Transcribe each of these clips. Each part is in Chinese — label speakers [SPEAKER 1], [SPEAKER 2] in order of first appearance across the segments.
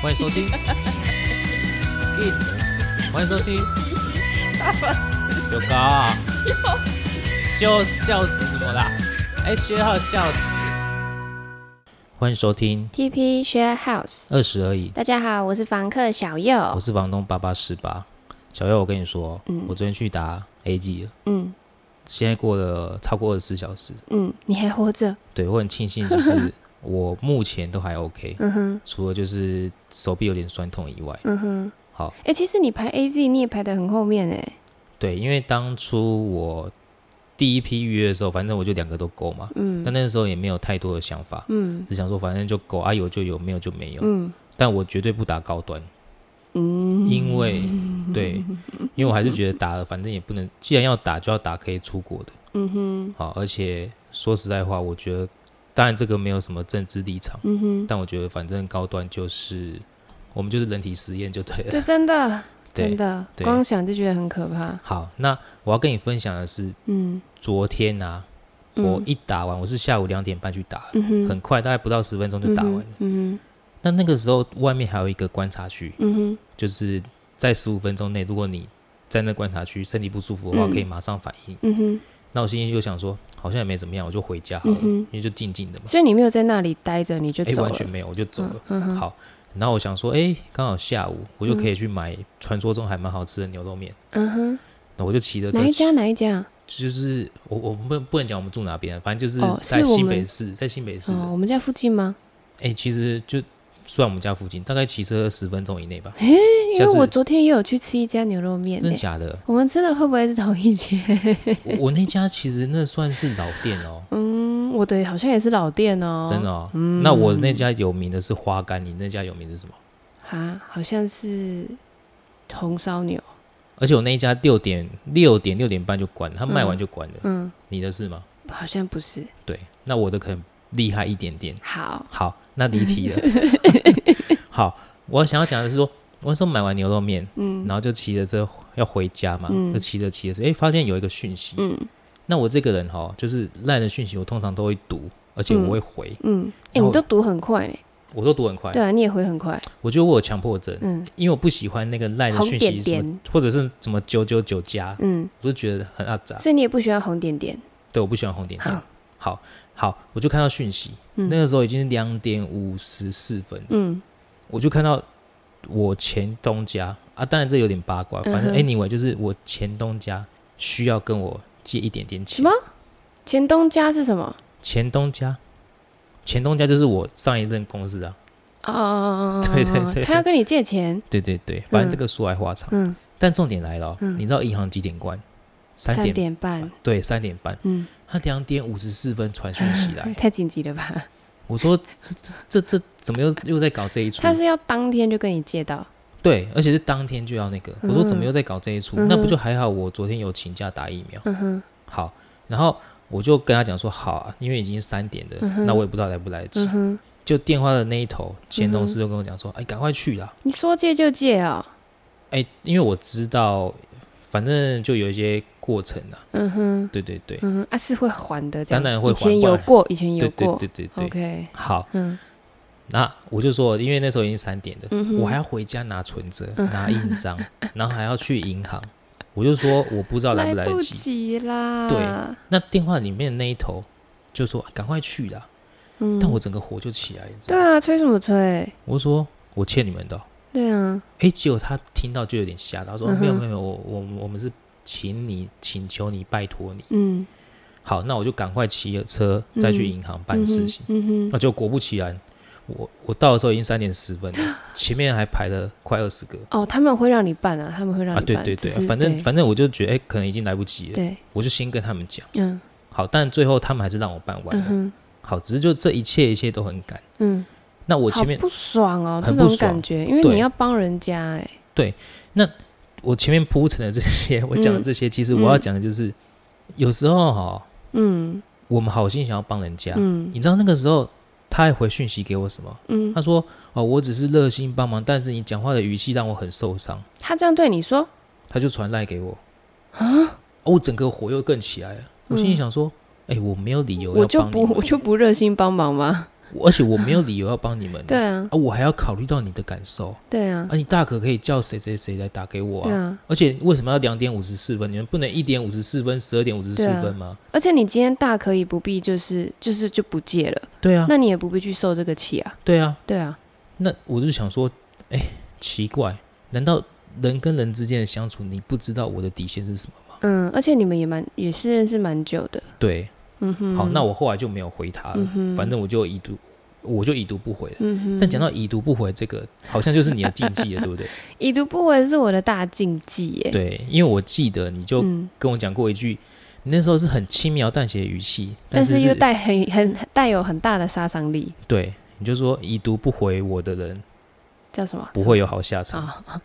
[SPEAKER 1] 欢迎收听。欢迎收 听。有高啊！就笑死什么啦？哎，学号笑死。欢迎收听
[SPEAKER 2] TP Share House，
[SPEAKER 1] 二十而已，
[SPEAKER 2] 大家好，我是房客小
[SPEAKER 1] 我
[SPEAKER 2] 右。
[SPEAKER 1] 是房东八八四八。小佑，我跟你说，
[SPEAKER 2] 嗯
[SPEAKER 1] 我昨天去打 AG 了，
[SPEAKER 2] 嗯
[SPEAKER 1] 现在过了超过二十四小时。
[SPEAKER 2] 嗯，你还活着？
[SPEAKER 1] 对我很庆幸，就是我目前都还 OK，
[SPEAKER 2] 嗯哼
[SPEAKER 1] 除了就是手臂有点酸痛以外。
[SPEAKER 2] 嗯哼。
[SPEAKER 1] 好，
[SPEAKER 2] 哎、其实你排 AZ 你也排得很后面哎、
[SPEAKER 1] 对，因为当初我第一批预约的时候，反正我就两个都勾嘛，
[SPEAKER 2] 嗯
[SPEAKER 1] 但那时候也没有太多的想法，
[SPEAKER 2] 嗯
[SPEAKER 1] 只想说反正就勾啊，有就有，没有就没有。
[SPEAKER 2] 嗯
[SPEAKER 1] 但我绝对不打高端，
[SPEAKER 2] 嗯，
[SPEAKER 1] 因 为对，因为我还是觉得打了，反正也不能，既然要打就要打可以出国的，
[SPEAKER 2] 嗯哼
[SPEAKER 1] 好，而且说实在话，我觉得当然这个没有什么政治立场，
[SPEAKER 2] 嗯哼，
[SPEAKER 1] 但我觉得反正高端就是我们就是人体实验就对了。
[SPEAKER 2] 这真的
[SPEAKER 1] 对
[SPEAKER 2] 真的，
[SPEAKER 1] 对
[SPEAKER 2] 光想就觉得很可怕。
[SPEAKER 1] 好，那我要跟你分享的是
[SPEAKER 2] 嗯，
[SPEAKER 1] 昨天啊，
[SPEAKER 2] 嗯
[SPEAKER 1] 我一打完，我是下午两点半去打的，
[SPEAKER 2] 嗯哼
[SPEAKER 1] 很快，大概不到十分钟就打完了。
[SPEAKER 2] 嗯哼
[SPEAKER 1] 那那个时候外面还有一个观察区，
[SPEAKER 2] 嗯哼
[SPEAKER 1] 就是在十五分钟内，如果你在那观察区身体不舒服的话，
[SPEAKER 2] 嗯
[SPEAKER 1] 可以马上反应。
[SPEAKER 2] 嗯哼，
[SPEAKER 1] 那我心里就想说，好像也没怎么样，我就回家好了，
[SPEAKER 2] 嗯哼
[SPEAKER 1] 因为就静静的嘛。
[SPEAKER 2] 所以你没有在那里待着，你就
[SPEAKER 1] 哎、
[SPEAKER 2] 走了
[SPEAKER 1] 完。全没有，我就走了。
[SPEAKER 2] 嗯哼，
[SPEAKER 1] 好，然后我想说，哎、刚好下午我就可以去买传说中还蛮好吃的牛肉面，
[SPEAKER 2] 嗯哼，
[SPEAKER 1] 那我就骑着车
[SPEAKER 2] 哪一
[SPEAKER 1] 骑
[SPEAKER 2] 家哪一家？
[SPEAKER 1] 就是我我不不能讲我们住哪边，反正就是
[SPEAKER 2] 哦
[SPEAKER 1] 在
[SPEAKER 2] 是我
[SPEAKER 1] 新
[SPEAKER 2] 们
[SPEAKER 1] 北市，在新北市的。
[SPEAKER 2] 哦，我们家附近吗？
[SPEAKER 1] 哎、其实就算我们家附近，大概骑车十分钟以内吧。
[SPEAKER 2] 因
[SPEAKER 1] 下
[SPEAKER 2] 为
[SPEAKER 1] 次
[SPEAKER 2] 我昨天也有去吃一家牛肉面、
[SPEAKER 1] 真的
[SPEAKER 2] 欸，
[SPEAKER 1] 假的？
[SPEAKER 2] 我们吃的会不会是同一间？
[SPEAKER 1] 我我那家其实那算是老店哦、
[SPEAKER 2] 嗯，我的好像也是老店哦，
[SPEAKER 1] 真的哦、那我那家有名的是花干，你那家有名的是什么？
[SPEAKER 2] 啊，好像是红烧牛，
[SPEAKER 1] 而且我那一家六点六点六点半就关了，他卖完就关了。
[SPEAKER 2] 嗯，
[SPEAKER 1] 你的是吗？
[SPEAKER 2] 好像不是。
[SPEAKER 1] 对，那我的可能厉害一点点。
[SPEAKER 2] 好，
[SPEAKER 1] 好，那离题 了。好，我想要讲的是说，我那时候买完牛肉面，
[SPEAKER 2] 嗯
[SPEAKER 1] 然后就骑着车要回家嘛，
[SPEAKER 2] 嗯
[SPEAKER 1] 就骑着骑着车，哎、发现有一个讯息。
[SPEAKER 2] 嗯
[SPEAKER 1] 那我这个人哈，就是烂的讯息，我通常都会读，而且我会回，
[SPEAKER 2] 嗯，哎、
[SPEAKER 1] 然后
[SPEAKER 2] 你都读很快呢，
[SPEAKER 1] 我都读很快
[SPEAKER 2] 对。啊，你也回很快，
[SPEAKER 1] 我觉得我有强迫症，
[SPEAKER 2] 嗯
[SPEAKER 1] 因为我不喜欢那个烂的
[SPEAKER 2] 红
[SPEAKER 1] 讯息
[SPEAKER 2] 点
[SPEAKER 1] 什么
[SPEAKER 2] 点，
[SPEAKER 1] 或者是什么九九九加，
[SPEAKER 2] 嗯，
[SPEAKER 1] 我就觉得很阿杂。
[SPEAKER 2] 所以你也不喜欢红点点，
[SPEAKER 1] 对，我不喜欢红点点
[SPEAKER 2] 好。
[SPEAKER 1] 好好，我就看到讯息，
[SPEAKER 2] 嗯
[SPEAKER 1] 那个时候已经两点五十四分了，
[SPEAKER 2] 嗯
[SPEAKER 1] 我就看到我前东家啊，当然这有点八卦，反正
[SPEAKER 2] 嗯哼
[SPEAKER 1] anyway 就是我前东家需要跟我借一点点
[SPEAKER 2] 什
[SPEAKER 1] 钱
[SPEAKER 2] 么。？前东家是什么？
[SPEAKER 1] 前东家，前东家就是我上一任公司啊，
[SPEAKER 2] 哦，
[SPEAKER 1] 对对对
[SPEAKER 2] 他要跟你借钱，
[SPEAKER 1] 对对对，反正这个说来话长。
[SPEAKER 2] 嗯，
[SPEAKER 1] 但重点来了哦，
[SPEAKER 2] 嗯
[SPEAKER 1] 你知道银行几点关？三
[SPEAKER 2] 三
[SPEAKER 1] 点哎
[SPEAKER 2] 点半，
[SPEAKER 1] 对，三点半。
[SPEAKER 2] 嗯，，
[SPEAKER 1] 他两点五十四分传讯息来
[SPEAKER 2] 太紧急了吧？
[SPEAKER 1] 我说这这这这怎么又又在搞这一出
[SPEAKER 2] 他？是要当天就跟你借到，
[SPEAKER 1] 对，而且是当天就要那个。我说怎么又在搞这一出？
[SPEAKER 2] 嗯
[SPEAKER 1] 那不就还好？我昨天有请假打疫苗。
[SPEAKER 2] 嗯哼，
[SPEAKER 1] 好，然后我就跟他讲说好啊，因为已经三点了，
[SPEAKER 2] 嗯哼
[SPEAKER 1] 那我也不知道来不来得及。
[SPEAKER 2] 嗯哼，嗯
[SPEAKER 1] 就电话的那一头，前同事就跟我讲说，哎、赶快去啦！
[SPEAKER 2] 你说借就借哦，
[SPEAKER 1] 哎、因为我知道，反正就有一些过程啊。
[SPEAKER 2] 嗯哼，
[SPEAKER 1] 对对对，
[SPEAKER 2] 嗯哼，啊是会还的，这样
[SPEAKER 1] 当然会还
[SPEAKER 2] 以前
[SPEAKER 1] 不
[SPEAKER 2] 有
[SPEAKER 1] 然
[SPEAKER 2] 过，以前有
[SPEAKER 1] 对对
[SPEAKER 2] 过
[SPEAKER 1] 对对对。
[SPEAKER 2] ，OK，
[SPEAKER 1] 好，
[SPEAKER 2] 嗯
[SPEAKER 1] 那我就说，因为那时候已经三点了，
[SPEAKER 2] 嗯哼嗯
[SPEAKER 1] 我还要回家拿存折、拿印章，然后还要去银行。我就说我不知道来不来 得
[SPEAKER 2] 不
[SPEAKER 1] 及。
[SPEAKER 2] 及啦，
[SPEAKER 1] 对，那电话里面那一头就说哎赶快去啦，
[SPEAKER 2] 嗯，
[SPEAKER 1] 但我整个火就起来，你知道
[SPEAKER 2] 对
[SPEAKER 1] 吗？
[SPEAKER 2] 啊，催什么催？
[SPEAKER 1] 我就说我欠你们的哦、
[SPEAKER 2] 对啊，
[SPEAKER 1] 诶，结果他听到就有点吓到，说、哦
[SPEAKER 2] 嗯哼
[SPEAKER 1] 没有没有没有，我我我们是请你请求你拜托你。
[SPEAKER 2] 嗯，
[SPEAKER 1] 好，那我就赶快骑着车再去
[SPEAKER 2] 嗯
[SPEAKER 1] 银行办事情。啊
[SPEAKER 2] 嗯哼，嗯
[SPEAKER 1] 那、就果不其然，我我到的时候已经三点十分
[SPEAKER 2] 嗯
[SPEAKER 1] 了，前面还排了快二十个
[SPEAKER 2] 哼，哦，他们会让你办啊，他们会让
[SPEAKER 1] 啊！
[SPEAKER 2] 你
[SPEAKER 1] 对
[SPEAKER 2] 办，
[SPEAKER 1] 对
[SPEAKER 2] 只
[SPEAKER 1] 对，
[SPEAKER 2] 是
[SPEAKER 1] 反正
[SPEAKER 2] 对
[SPEAKER 1] 反正我就觉得哎、诶可能已经来不及了，
[SPEAKER 2] 对，
[SPEAKER 1] 我就先跟他们讲。
[SPEAKER 2] 嗯
[SPEAKER 1] 好，但最后他们还是让我办完
[SPEAKER 2] 嗯
[SPEAKER 1] 了。
[SPEAKER 2] 哼，
[SPEAKER 1] 好，只是就这一切一切都很赶。
[SPEAKER 2] 嗯，
[SPEAKER 1] 那我
[SPEAKER 2] 好
[SPEAKER 1] 前面
[SPEAKER 2] 不爽哦，这
[SPEAKER 1] 很不
[SPEAKER 2] 种
[SPEAKER 1] 爽
[SPEAKER 2] 感觉，因为
[SPEAKER 1] 对
[SPEAKER 2] 你要帮人家，哎，
[SPEAKER 1] 我前面铺陈的这些，我讲的这些，其实我要讲的就是，有时候哈、
[SPEAKER 2] 嗯
[SPEAKER 1] 我们好心想要帮人家，
[SPEAKER 2] 嗯
[SPEAKER 1] 你知道那个时候他还回讯息给我什么？
[SPEAKER 2] 嗯，
[SPEAKER 1] 他说：“哦，我只是热心帮忙，但是你讲话的语气让我很受伤。
[SPEAKER 2] 他这样对你说，”
[SPEAKER 1] 他就传赖给我啊、哦，我整个火又更起来了。我心里想说：“哎、我没有理由要
[SPEAKER 2] 嗯我就
[SPEAKER 1] 帮你
[SPEAKER 2] 不
[SPEAKER 1] 们，
[SPEAKER 2] 我就不热心帮忙吗？
[SPEAKER 1] 我而且我没有理由要帮你们，
[SPEAKER 2] 对啊
[SPEAKER 1] 啊，，我还要考虑到你的感受
[SPEAKER 2] 对啊
[SPEAKER 1] 啊，，你大可可以叫谁谁谁来打给我
[SPEAKER 2] 对
[SPEAKER 1] 啊，
[SPEAKER 2] 啊。
[SPEAKER 1] 而且为什么要两点五十四分？你们不能一点五十四分、十二点五十四
[SPEAKER 2] 对啊
[SPEAKER 1] 分吗？
[SPEAKER 2] 而且你今天大可以不必，就是就是就不借了，
[SPEAKER 1] 对啊，
[SPEAKER 2] 那你也不必去受这个气啊。
[SPEAKER 1] 对啊，
[SPEAKER 2] 对啊，
[SPEAKER 1] 那我就想说，哎，奇怪，难道人跟人之间的相处，你不知道我的底线是什么吗？
[SPEAKER 2] 嗯，而且你们也蛮也是认识蛮久的，
[SPEAKER 1] 对，
[SPEAKER 2] 嗯哼。
[SPEAKER 1] 好，那我后来就没有回他了
[SPEAKER 2] 嗯，哼
[SPEAKER 1] 反正我就已读，我就已读不回了。
[SPEAKER 2] 嗯哼。
[SPEAKER 1] 但讲到已读不回这个，好像就是你的禁 忌了，对不对？
[SPEAKER 2] 已读不回是我的大禁忌耶。
[SPEAKER 1] 对，因为我记得你就
[SPEAKER 2] 嗯，
[SPEAKER 1] 跟我讲过一句，你那时候是很轻描淡写的语气，
[SPEAKER 2] 但
[SPEAKER 1] 是
[SPEAKER 2] 是又
[SPEAKER 1] 是
[SPEAKER 2] 带很很带有很大的杀伤力，
[SPEAKER 1] 对，你就说已读不回我的人
[SPEAKER 2] 叫什么？
[SPEAKER 1] 不会有好下场，
[SPEAKER 2] 啊，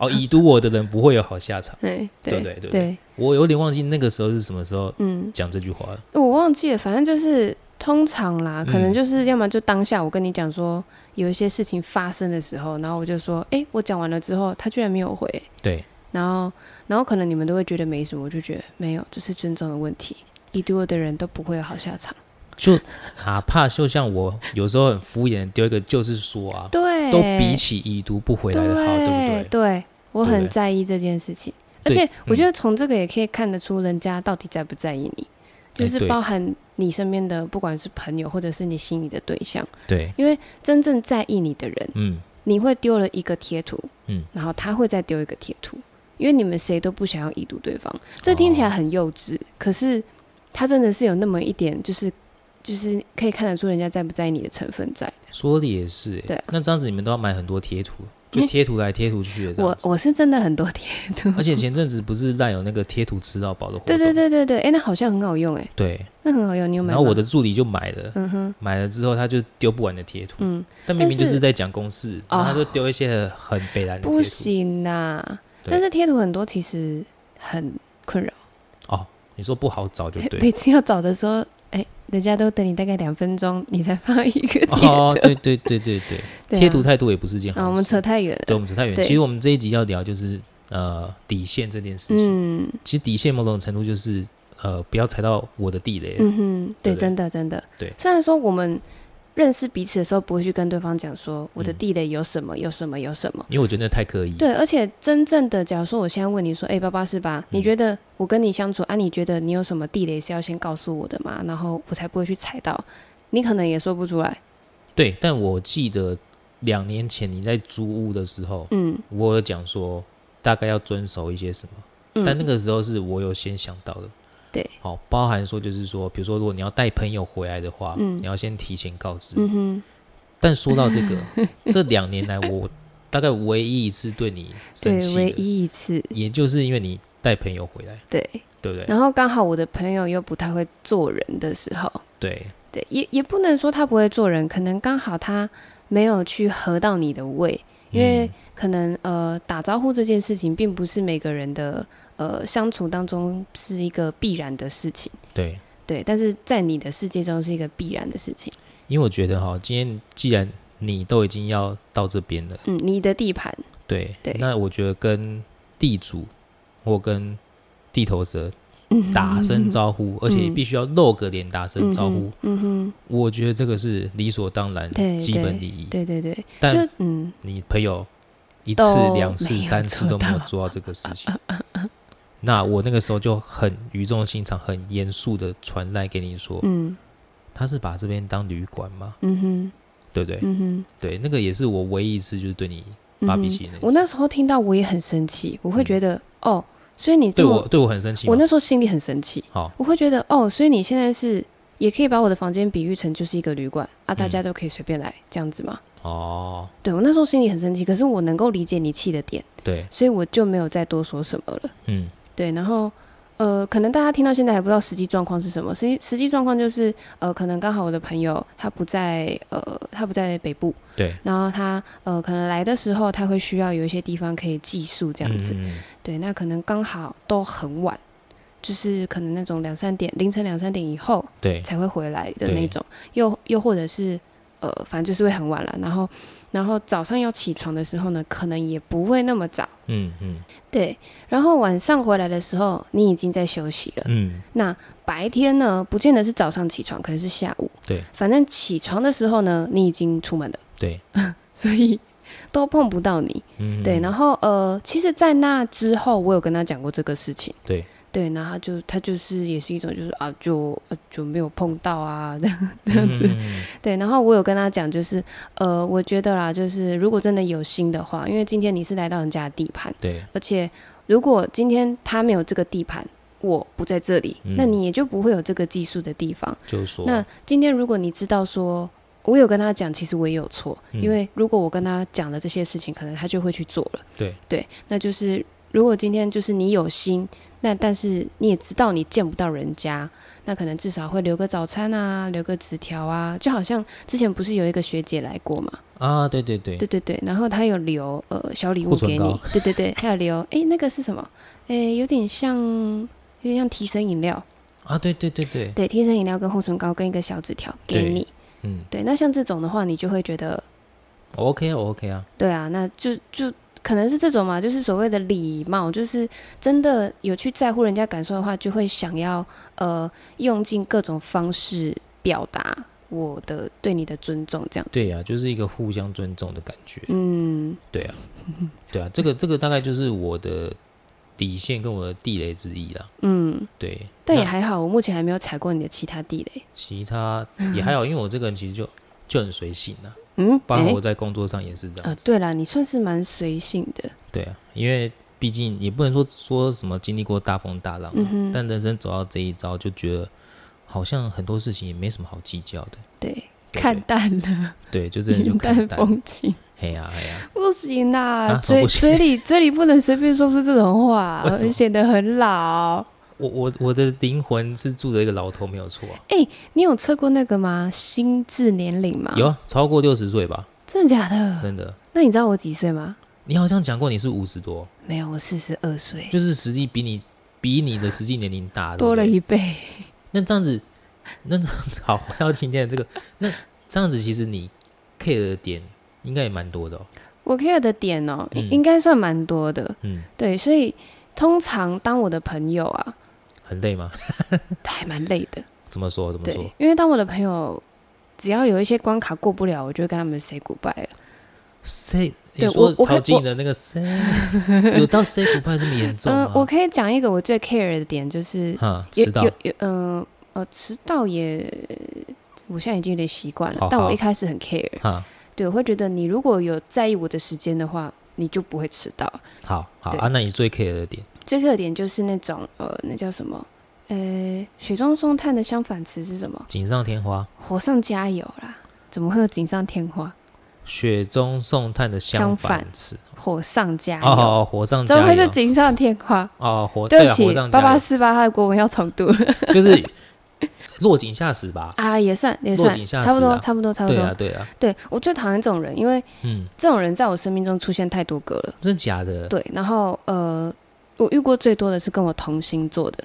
[SPEAKER 1] 哦，已读我的人不会有好下场，
[SPEAKER 2] 对
[SPEAKER 1] 对
[SPEAKER 2] 对
[SPEAKER 1] 对对对，我有点忘记那个时候是什么时候
[SPEAKER 2] 嗯，
[SPEAKER 1] 讲这句话了，
[SPEAKER 2] 我忘记了，反正就是通常啦，可能
[SPEAKER 1] 嗯
[SPEAKER 2] 就是要么就当下我跟你讲说有一些事情发生的时候，然后我就说，哎、我讲完了之后，他居然没有回，
[SPEAKER 1] 对，
[SPEAKER 2] 然后然后可能你们都会觉得没什么，我就觉得没有，这是尊重的问题，已读我的人都不会有好下场，
[SPEAKER 1] 就哪怕就像我有时候很敷衍地丢一个就是说啊，
[SPEAKER 2] 对，
[SPEAKER 1] 都比起已读不回来的好，对不对？
[SPEAKER 2] 我
[SPEAKER 1] 对不
[SPEAKER 2] 很
[SPEAKER 1] 对
[SPEAKER 2] 在意这件事情，而
[SPEAKER 1] 对
[SPEAKER 2] 且我
[SPEAKER 1] 嗯
[SPEAKER 2] 觉得从这个也可以看得出人家到底在不在意你，就
[SPEAKER 1] 哎
[SPEAKER 2] 是
[SPEAKER 1] 对
[SPEAKER 2] 包含你身边的，不管是朋友或者是你心仪的对象，
[SPEAKER 1] 对，
[SPEAKER 2] 因为真正在意你的人，
[SPEAKER 1] 嗯，
[SPEAKER 2] 你会丢了一个贴图，
[SPEAKER 1] 嗯，
[SPEAKER 2] 然后他会再丢一个贴图，因为你们谁都不想要已读对
[SPEAKER 1] 哦
[SPEAKER 2] 方，这听起来很幼稚，可是他真的是有那么一点，就是就是可以看得出人家在不在意你的成分在。
[SPEAKER 1] 说的也是、欸，
[SPEAKER 2] 对啊
[SPEAKER 1] 那这样子你们都要买很多贴图，就
[SPEAKER 2] 嗯
[SPEAKER 1] 贴图来贴图去的这
[SPEAKER 2] 我
[SPEAKER 1] 样子。
[SPEAKER 2] 我是真的很多贴图，
[SPEAKER 1] 而且前阵子不是赖有那个贴图吃到饱的活动，
[SPEAKER 2] 对对对对对，哎、那好像很好用哎、
[SPEAKER 1] 对
[SPEAKER 2] 那很好用，你有买
[SPEAKER 1] 然
[SPEAKER 2] 吗？
[SPEAKER 1] 后我的助理就买了，
[SPEAKER 2] 嗯哼，
[SPEAKER 1] 买了之后他就丢不完的贴图，
[SPEAKER 2] 嗯，
[SPEAKER 1] 但明明就
[SPEAKER 2] 但
[SPEAKER 1] 是
[SPEAKER 2] 是啊
[SPEAKER 1] 在讲公事，然后他就丢一些很北蓝的
[SPEAKER 2] 不
[SPEAKER 1] 贴图。
[SPEAKER 2] 行呐、
[SPEAKER 1] 对
[SPEAKER 2] 但是贴图很多，其实很困扰。
[SPEAKER 1] 哦，你说不好找 就对。
[SPEAKER 2] 每次要找的时候，哎、人家都等你大概两分钟，你才发一个贴 图。
[SPEAKER 1] 哦，对对对对对，
[SPEAKER 2] 对啊
[SPEAKER 1] 贴图态度也不是件好事。
[SPEAKER 2] 啊，我们扯太远
[SPEAKER 1] 对，
[SPEAKER 2] 了。
[SPEAKER 1] 我们扯太远。
[SPEAKER 2] 对
[SPEAKER 1] 其实我们这一集要聊就是呃底线这件事情。
[SPEAKER 2] 嗯
[SPEAKER 1] 其实底线某种程度就是呃不要踩到我的地雷。
[SPEAKER 2] 嗯哼，
[SPEAKER 1] 对
[SPEAKER 2] 对，
[SPEAKER 1] 不对
[SPEAKER 2] 真的真的。
[SPEAKER 1] 对
[SPEAKER 2] 虽然说我们认识彼此的时候，不会去跟对方讲说我的
[SPEAKER 1] 嗯
[SPEAKER 2] 地雷有什么，有什么，有什么。
[SPEAKER 1] 因为我觉得那太刻意。
[SPEAKER 2] 对，而且真正的，假如说我现在问你说，哎、八八是吧？你
[SPEAKER 1] 嗯
[SPEAKER 2] 觉得我跟你相处啊，你觉得你有什么地雷是要先告诉我的吗？然后我才不会去踩到。你可能也说不出来，
[SPEAKER 1] 对，但我记得两年前你在租屋的时候，
[SPEAKER 2] 嗯
[SPEAKER 1] 我有讲说大概要遵守一些什么，
[SPEAKER 2] 嗯，
[SPEAKER 1] 但那个时候是我有先想到的。
[SPEAKER 2] 对，
[SPEAKER 1] 好，包含说就是说，比如说如果你要带朋友回来的话，
[SPEAKER 2] 嗯
[SPEAKER 1] 你要先提前告知。
[SPEAKER 2] 嗯哼，
[SPEAKER 1] 但说到这个， 这两年来我大概唯一一次对你生
[SPEAKER 2] 对，
[SPEAKER 1] 气
[SPEAKER 2] 唯
[SPEAKER 1] 的，
[SPEAKER 2] 一一次，
[SPEAKER 1] 也就是因为你带朋友回来，
[SPEAKER 2] 对。
[SPEAKER 1] 对不对？
[SPEAKER 2] 然后刚好我的朋友又不太会做人的时候，
[SPEAKER 1] 对
[SPEAKER 2] 对，也也不能说他不会做人，可能刚好他没有去合到你的胃，因为
[SPEAKER 1] 嗯
[SPEAKER 2] 可能呃打招呼这件事情并不是每个人的呃相处当中是一个必然的事情，
[SPEAKER 1] 对，
[SPEAKER 2] 对，但是在你的世界中是一个必然的事情，
[SPEAKER 1] 因为我觉得哈，今天既然你都已经要到这边了，
[SPEAKER 2] 嗯，你的地盘，
[SPEAKER 1] 对，
[SPEAKER 2] 对
[SPEAKER 1] 那我觉得跟地主或跟地头蛇
[SPEAKER 2] 嗯
[SPEAKER 1] 打声招呼，而且
[SPEAKER 2] 嗯
[SPEAKER 1] 必须要露个脸打声招呼，，
[SPEAKER 2] 嗯哼嗯哼，
[SPEAKER 1] 我觉得这个是理所当然
[SPEAKER 2] 对
[SPEAKER 1] 基本礼仪。
[SPEAKER 2] 对对对，
[SPEAKER 1] 但
[SPEAKER 2] 就嗯，
[SPEAKER 1] 你朋友一次
[SPEAKER 2] 都、
[SPEAKER 1] 两次、
[SPEAKER 2] 没有
[SPEAKER 1] 三次
[SPEAKER 2] 做
[SPEAKER 1] 都没有
[SPEAKER 2] 到
[SPEAKER 1] 做到这个事情，那我那个时候就很语重心长、很严肃的传来给你说，
[SPEAKER 2] 嗯
[SPEAKER 1] 他是把这边当旅馆吗？
[SPEAKER 2] 嗯哼
[SPEAKER 1] 对不对？
[SPEAKER 2] 嗯哼。
[SPEAKER 1] 对，那个也是我唯一一次就是对你发脾气
[SPEAKER 2] 嗯
[SPEAKER 1] 那一
[SPEAKER 2] 哼
[SPEAKER 1] 次
[SPEAKER 2] 我那时候听到我也很生气，我会觉得、哦，所以你
[SPEAKER 1] 嗯对
[SPEAKER 2] 这么
[SPEAKER 1] 我对我很生气
[SPEAKER 2] 我
[SPEAKER 1] 吗。
[SPEAKER 2] 那时候心里很生气，
[SPEAKER 1] 好，
[SPEAKER 2] 我会觉得哦，所以你现在是也可以把我的房间比喻成就是一个旅馆啊，大家
[SPEAKER 1] 嗯
[SPEAKER 2] 都可以随便来、这样子嘛。
[SPEAKER 1] 哦，
[SPEAKER 2] 对我那时候心里很生气，可是我能够理解你气的点，
[SPEAKER 1] 对，
[SPEAKER 2] 所以我就没有再多说什么了。
[SPEAKER 1] 嗯，
[SPEAKER 2] 对，然后呃，可能大家听到现在还不知道实际状况是什么，实际实际状况就是呃，可能刚好我的朋友他不在呃，他不在北部，
[SPEAKER 1] 对，
[SPEAKER 2] 然后他呃，可能来的时候他会需要有一些地方可以寄宿这样子。
[SPEAKER 1] 嗯嗯嗯
[SPEAKER 2] 对，那可能刚好都很晚，就是可能那种两三点，凌晨两三点以后
[SPEAKER 1] 对，
[SPEAKER 2] 才会回来的
[SPEAKER 1] 对
[SPEAKER 2] 那种，又又或者是呃，反正就是会很晚了。然后，然后早上要起床的时候呢，可能也不会那么早，
[SPEAKER 1] 嗯嗯
[SPEAKER 2] 对。然后晚上回来的时候，你已经在休息了。
[SPEAKER 1] 嗯，
[SPEAKER 2] 那白天呢，不见得是早上起床，可能是下午。
[SPEAKER 1] 对，
[SPEAKER 2] 反正起床的时候呢，你已经出门了，
[SPEAKER 1] 对，
[SPEAKER 2] 所以都碰不到你。
[SPEAKER 1] 嗯
[SPEAKER 2] 对，然
[SPEAKER 1] 后
[SPEAKER 2] 后呃，其实，在那之后，我有跟他讲过这个事情。
[SPEAKER 1] 对
[SPEAKER 2] 对，然后他就他就是也是一种就是啊，就啊就没有碰到啊 这样这样子。
[SPEAKER 1] 嗯
[SPEAKER 2] 对，然后我有跟他讲，就是呃，我觉得啦，就是如果真的有心的话，因为今天你是来到人家的地盘，
[SPEAKER 1] 对，
[SPEAKER 2] 而且如果今天他没有这个地盘，我不在这里，那
[SPEAKER 1] 嗯
[SPEAKER 2] 你也就不会有这个技术的地方。
[SPEAKER 1] 就说
[SPEAKER 2] 那今天如果你知道说，我有跟他讲，其实我也有错，
[SPEAKER 1] 嗯
[SPEAKER 2] 因为如果我跟他讲了这些事情，可能他就会去做了。
[SPEAKER 1] 对
[SPEAKER 2] 对，那就是如果今天就是你有心，那但是你也知道你见不到人家，那可能至少会留个早餐啊，留个纸条啊，就好像之前不是有一个学姐来过嘛？
[SPEAKER 1] 啊，对对对
[SPEAKER 2] 对对对，然后她有留呃小礼物
[SPEAKER 1] 护唇
[SPEAKER 2] 给你
[SPEAKER 1] 膏，
[SPEAKER 2] 对对对，还有留诶，那个是什么？诶，有点像有点像提神饮料，
[SPEAKER 1] 啊，对对对对，
[SPEAKER 2] 对，提神饮料跟护唇膏跟一个小纸条给
[SPEAKER 1] 对
[SPEAKER 2] 你。
[SPEAKER 1] 嗯
[SPEAKER 2] 对，那像这种的话，你就会觉得，
[SPEAKER 1] 我，OK 啊我 OK 啊，
[SPEAKER 2] 对啊，那就就可能是这种嘛，就是所谓的礼貌，就是真的有去在乎人家感受的话，就会想要呃用尽各种方式表达我的对你的尊重，这样子。
[SPEAKER 1] 对啊，就是一个互相尊重的感觉，
[SPEAKER 2] 嗯，
[SPEAKER 1] 对啊，这个这个大概就是我的底线跟我的地雷之一啦，
[SPEAKER 2] 嗯，
[SPEAKER 1] 对，
[SPEAKER 2] 但
[SPEAKER 1] 那
[SPEAKER 2] 也还好，我目前还没有踩过你的其他地雷。
[SPEAKER 1] 其他也还好，因为我这个人其实就就很随性啊，
[SPEAKER 2] 嗯，
[SPEAKER 1] 包括
[SPEAKER 2] 诶
[SPEAKER 1] 我在工作上也是这
[SPEAKER 2] 啊
[SPEAKER 1] 样，子，
[SPEAKER 2] 对啦，你算是蛮随性的。
[SPEAKER 1] 对啊，因为毕竟也不能说说什么经历过大风大浪啊、
[SPEAKER 2] 嗯哼
[SPEAKER 1] 但人生走到这一招，就觉得好像很多事情也没什么好计较的，
[SPEAKER 2] 对，
[SPEAKER 1] 对
[SPEAKER 2] 看淡了
[SPEAKER 1] 对，就 真的就
[SPEAKER 2] 云
[SPEAKER 1] 看
[SPEAKER 2] 淡
[SPEAKER 1] 淡，
[SPEAKER 2] 风轻，
[SPEAKER 1] 嘿呀嘿啊呀，
[SPEAKER 2] 不行啦，
[SPEAKER 1] 啊什么
[SPEAKER 2] 嘴
[SPEAKER 1] 不行
[SPEAKER 2] 嘴里嘴里不能随便说出这种话，
[SPEAKER 1] 为什么
[SPEAKER 2] 显得很老。
[SPEAKER 1] 我我我的灵魂是住着一个牢头没有错、啊，
[SPEAKER 2] 你有测过那个吗？心智年龄吗？
[SPEAKER 1] 有，啊，超过六十岁吧，
[SPEAKER 2] 真的假的？
[SPEAKER 1] 真的。
[SPEAKER 2] 那你知道我几岁吗？
[SPEAKER 1] 你好像讲过你是五十多，
[SPEAKER 2] 没有，我四十二岁，
[SPEAKER 1] 就是实际比你比你的实际年龄大，对不
[SPEAKER 2] 多了
[SPEAKER 1] 对
[SPEAKER 2] 一倍。
[SPEAKER 1] 那这样子，那这样子 好，回到今天的这个，那这样子其实你 care 的点应该也蛮多的、哦，
[SPEAKER 2] 我 care 的点哦、
[SPEAKER 1] 嗯
[SPEAKER 2] 应该算蛮多的。
[SPEAKER 1] 嗯，
[SPEAKER 2] 对，所以通常当我的朋友啊，
[SPEAKER 1] 很累吗？
[SPEAKER 2] 还蛮累的。
[SPEAKER 1] 怎么说？怎么
[SPEAKER 2] 对
[SPEAKER 1] 说？，
[SPEAKER 2] 因为当我的朋友只要有一些关卡过不了，我就会跟他们 say goodbye 啊了。
[SPEAKER 1] 谁？
[SPEAKER 2] 对
[SPEAKER 1] 你说
[SPEAKER 2] 我我
[SPEAKER 1] 陶晶莹的那个谁，有到 say goodbye 这么严重
[SPEAKER 2] 嗯、
[SPEAKER 1] 吗？
[SPEAKER 2] 我可以讲一个我最 care 的点，就是
[SPEAKER 1] 哈，
[SPEAKER 2] 有
[SPEAKER 1] 迟到
[SPEAKER 2] 有，有，嗯呃迟到也，我现在已经有点习惯了，
[SPEAKER 1] 好
[SPEAKER 2] 但我
[SPEAKER 1] 好
[SPEAKER 2] 一开始很 care。
[SPEAKER 1] 哈，
[SPEAKER 2] 对，我会觉得你如果有在意我的时间的话，你就不会迟到。
[SPEAKER 1] 好好
[SPEAKER 2] 对
[SPEAKER 1] 啊，那你最 care 的点，
[SPEAKER 2] 最特点就是那种呃，那叫什么？呃，雪中送炭的相反词是什么？
[SPEAKER 1] 锦上添花，
[SPEAKER 2] 火上加油啦！怎么会有锦上添花？
[SPEAKER 1] 雪中送炭的
[SPEAKER 2] 相
[SPEAKER 1] 相
[SPEAKER 2] 反
[SPEAKER 1] 反词。
[SPEAKER 2] 火上加油，
[SPEAKER 1] 哦哦，哦火上
[SPEAKER 2] 怎么
[SPEAKER 1] 加
[SPEAKER 2] 会是
[SPEAKER 1] 油！
[SPEAKER 2] 锦上添花？
[SPEAKER 1] 哦，火
[SPEAKER 2] 对
[SPEAKER 1] 啊，
[SPEAKER 2] 不起
[SPEAKER 1] 火，上
[SPEAKER 2] 八
[SPEAKER 1] 加
[SPEAKER 2] 八
[SPEAKER 1] 油，
[SPEAKER 2] 四八，他的国文要重读了
[SPEAKER 1] 就是 落井下石吧？
[SPEAKER 2] 啊，也算也
[SPEAKER 1] 落
[SPEAKER 2] 算
[SPEAKER 1] 井，下
[SPEAKER 2] 差不
[SPEAKER 1] 石
[SPEAKER 2] 多
[SPEAKER 1] 啊
[SPEAKER 2] 差不多差不
[SPEAKER 1] 对
[SPEAKER 2] 多。
[SPEAKER 1] 啊，对啊，
[SPEAKER 2] 对我最讨厌这种人，因为
[SPEAKER 1] 嗯，
[SPEAKER 2] 这种人在我生命中出现太多个了。
[SPEAKER 1] 真的假的？
[SPEAKER 2] 对，然后呃，我遇过最多的是跟我同星座 的，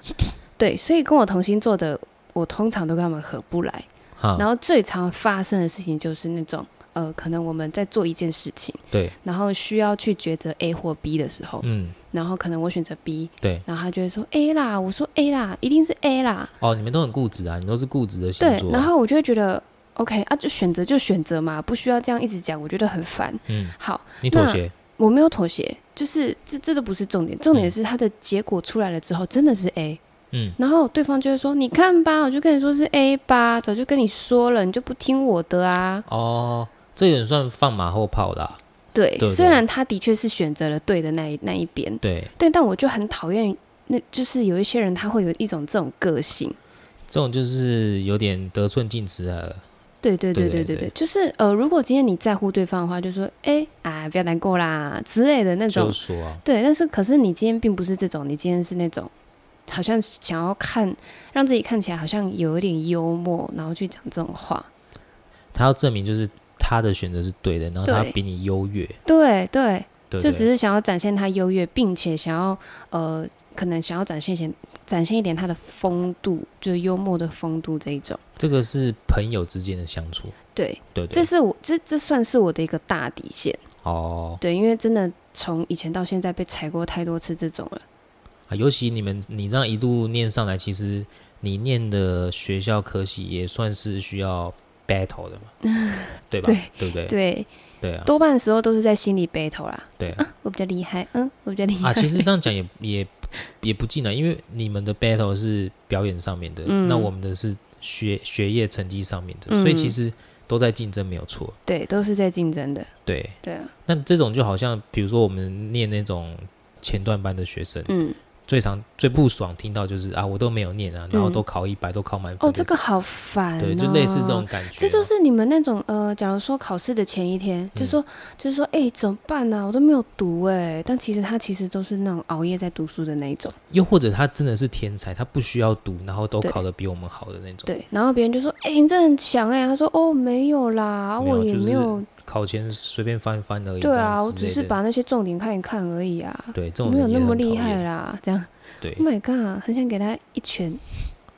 [SPEAKER 2] 对，所以跟我同星座的，我通常都跟他们合不来。
[SPEAKER 1] 哈，
[SPEAKER 2] 然后最常发生的事情就是那种呃，可能我们在做一件事情，
[SPEAKER 1] 对，
[SPEAKER 2] 然后需要去抉择 A 或 B 的时候，
[SPEAKER 1] 嗯，
[SPEAKER 2] 然后可能我选择 B，
[SPEAKER 1] 对，
[SPEAKER 2] 然后他就会说 A 啦，我说 A 啦，一定是 A 啦，
[SPEAKER 1] 哦，你们都很固执啊，你们都是固执的星
[SPEAKER 2] 对
[SPEAKER 1] 座，啊，
[SPEAKER 2] 然后我就会觉得 OK 啊，就选择就选择嘛，不需要这样一直讲，我觉得很烦。
[SPEAKER 1] 嗯，
[SPEAKER 2] 好，
[SPEAKER 1] 你妥
[SPEAKER 2] 那
[SPEAKER 1] 协，
[SPEAKER 2] 我没有妥协，就是这这都不是重点，重点是它的结果出来了之后真的是 A，
[SPEAKER 1] 嗯，
[SPEAKER 2] 然后对方就会说你看吧，我就跟你说是 A 吧，早就跟你说了，你就不听我的啊。
[SPEAKER 1] 哦，这也算放马后炮啦，
[SPEAKER 2] 对，
[SPEAKER 1] 对
[SPEAKER 2] 虽然他的确是选择了对的那一那一边，
[SPEAKER 1] 对，
[SPEAKER 2] 对，但我就很讨厌，那就是有一些人他会有一种这种个性。
[SPEAKER 1] 这种就是有点得寸进尺啊，
[SPEAKER 2] 对对
[SPEAKER 1] 对
[SPEAKER 2] 对对对
[SPEAKER 1] 对
[SPEAKER 2] 对，
[SPEAKER 1] 对
[SPEAKER 2] 就是呃，如果今天你在乎对方的话，就说哎啊，不要难过啦之类的那种
[SPEAKER 1] 就，说啊，
[SPEAKER 2] 对，但是可是你今天并不是这种，你今天是那种好像想要看让自己看起来好像有一点幽默，然后去讲这种话。
[SPEAKER 1] 他要证明就是他的选择是对的，然后他
[SPEAKER 2] 对
[SPEAKER 1] 比你优越，
[SPEAKER 2] 对对，
[SPEAKER 1] 对不
[SPEAKER 2] 就只
[SPEAKER 1] 对？
[SPEAKER 2] 是想要展现他优越，并且想要呃，可能想要展现一些展现一点他的风度，就是幽默的风度这一种。
[SPEAKER 1] 这个是朋友之间的相处，
[SPEAKER 2] 对，
[SPEAKER 1] 对不
[SPEAKER 2] 这
[SPEAKER 1] 对？
[SPEAKER 2] 是我这这算是我的一个大底线。
[SPEAKER 1] 哦、
[SPEAKER 2] 对，因为真的从以前到现在被踩过太多次这种了。
[SPEAKER 1] 啊，尤其你们你这样一路念上来，其实你念的学校科系也算是需要 battle 的嘛， 对吧？
[SPEAKER 2] 对
[SPEAKER 1] 对不对？
[SPEAKER 2] 对，
[SPEAKER 1] 对啊，
[SPEAKER 2] 多半时候都是在心里 battle 啦。
[SPEAKER 1] 对 啊。
[SPEAKER 2] 我比较厉害，嗯，我比较厉害。
[SPEAKER 1] 啊，其实这样讲也也也不尽然，因为你们的 battle 是表演上面的，
[SPEAKER 2] 嗯
[SPEAKER 1] 那我们的是学学业成绩上面的，所以其
[SPEAKER 2] 嗯
[SPEAKER 1] 实都在竞争，没有错。
[SPEAKER 2] 对，都是在竞争的。
[SPEAKER 1] 对，
[SPEAKER 2] 对啊，
[SPEAKER 1] 那这种就好像，比如说我们念那种前段班的学生，
[SPEAKER 2] 嗯，
[SPEAKER 1] 最常最不爽听到就是啊，我都没有念啊，然后
[SPEAKER 2] 嗯
[SPEAKER 1] 都考一百，都考满分。
[SPEAKER 2] 哦，这个好烦、哦。
[SPEAKER 1] 对，就类似这种。感觉啊。
[SPEAKER 2] 这就是你们那种呃，假如说考试的前一天，就
[SPEAKER 1] 嗯
[SPEAKER 2] 说、就是说，哎、怎么办呢、我都没有读哎、但其实他其实都是那种熬夜在读书的那一种，
[SPEAKER 1] 又或者他真的是天才，他不需要读，然后都
[SPEAKER 2] 对
[SPEAKER 1] 考得比我们好的那种。
[SPEAKER 2] 对。然后别人就说，哎、你这很强哎、他说，哦，没有啦，啊
[SPEAKER 1] 没有
[SPEAKER 2] 我也
[SPEAKER 1] 就是
[SPEAKER 2] 没有，
[SPEAKER 1] 考前随便翻翻而已。
[SPEAKER 2] 对
[SPEAKER 1] 这
[SPEAKER 2] 啊，
[SPEAKER 1] 样
[SPEAKER 2] 我
[SPEAKER 1] 之
[SPEAKER 2] 只
[SPEAKER 1] 类
[SPEAKER 2] 是
[SPEAKER 1] 的
[SPEAKER 2] 把那些重点看一看而已啊，
[SPEAKER 1] 对这
[SPEAKER 2] 我
[SPEAKER 1] 种
[SPEAKER 2] 没有
[SPEAKER 1] 人也
[SPEAKER 2] 那么
[SPEAKER 1] 很
[SPEAKER 2] 厉
[SPEAKER 1] 讨
[SPEAKER 2] 害
[SPEAKER 1] 厌。
[SPEAKER 2] 啦，这样。
[SPEAKER 1] 对
[SPEAKER 2] Oh，my god，很想给他一拳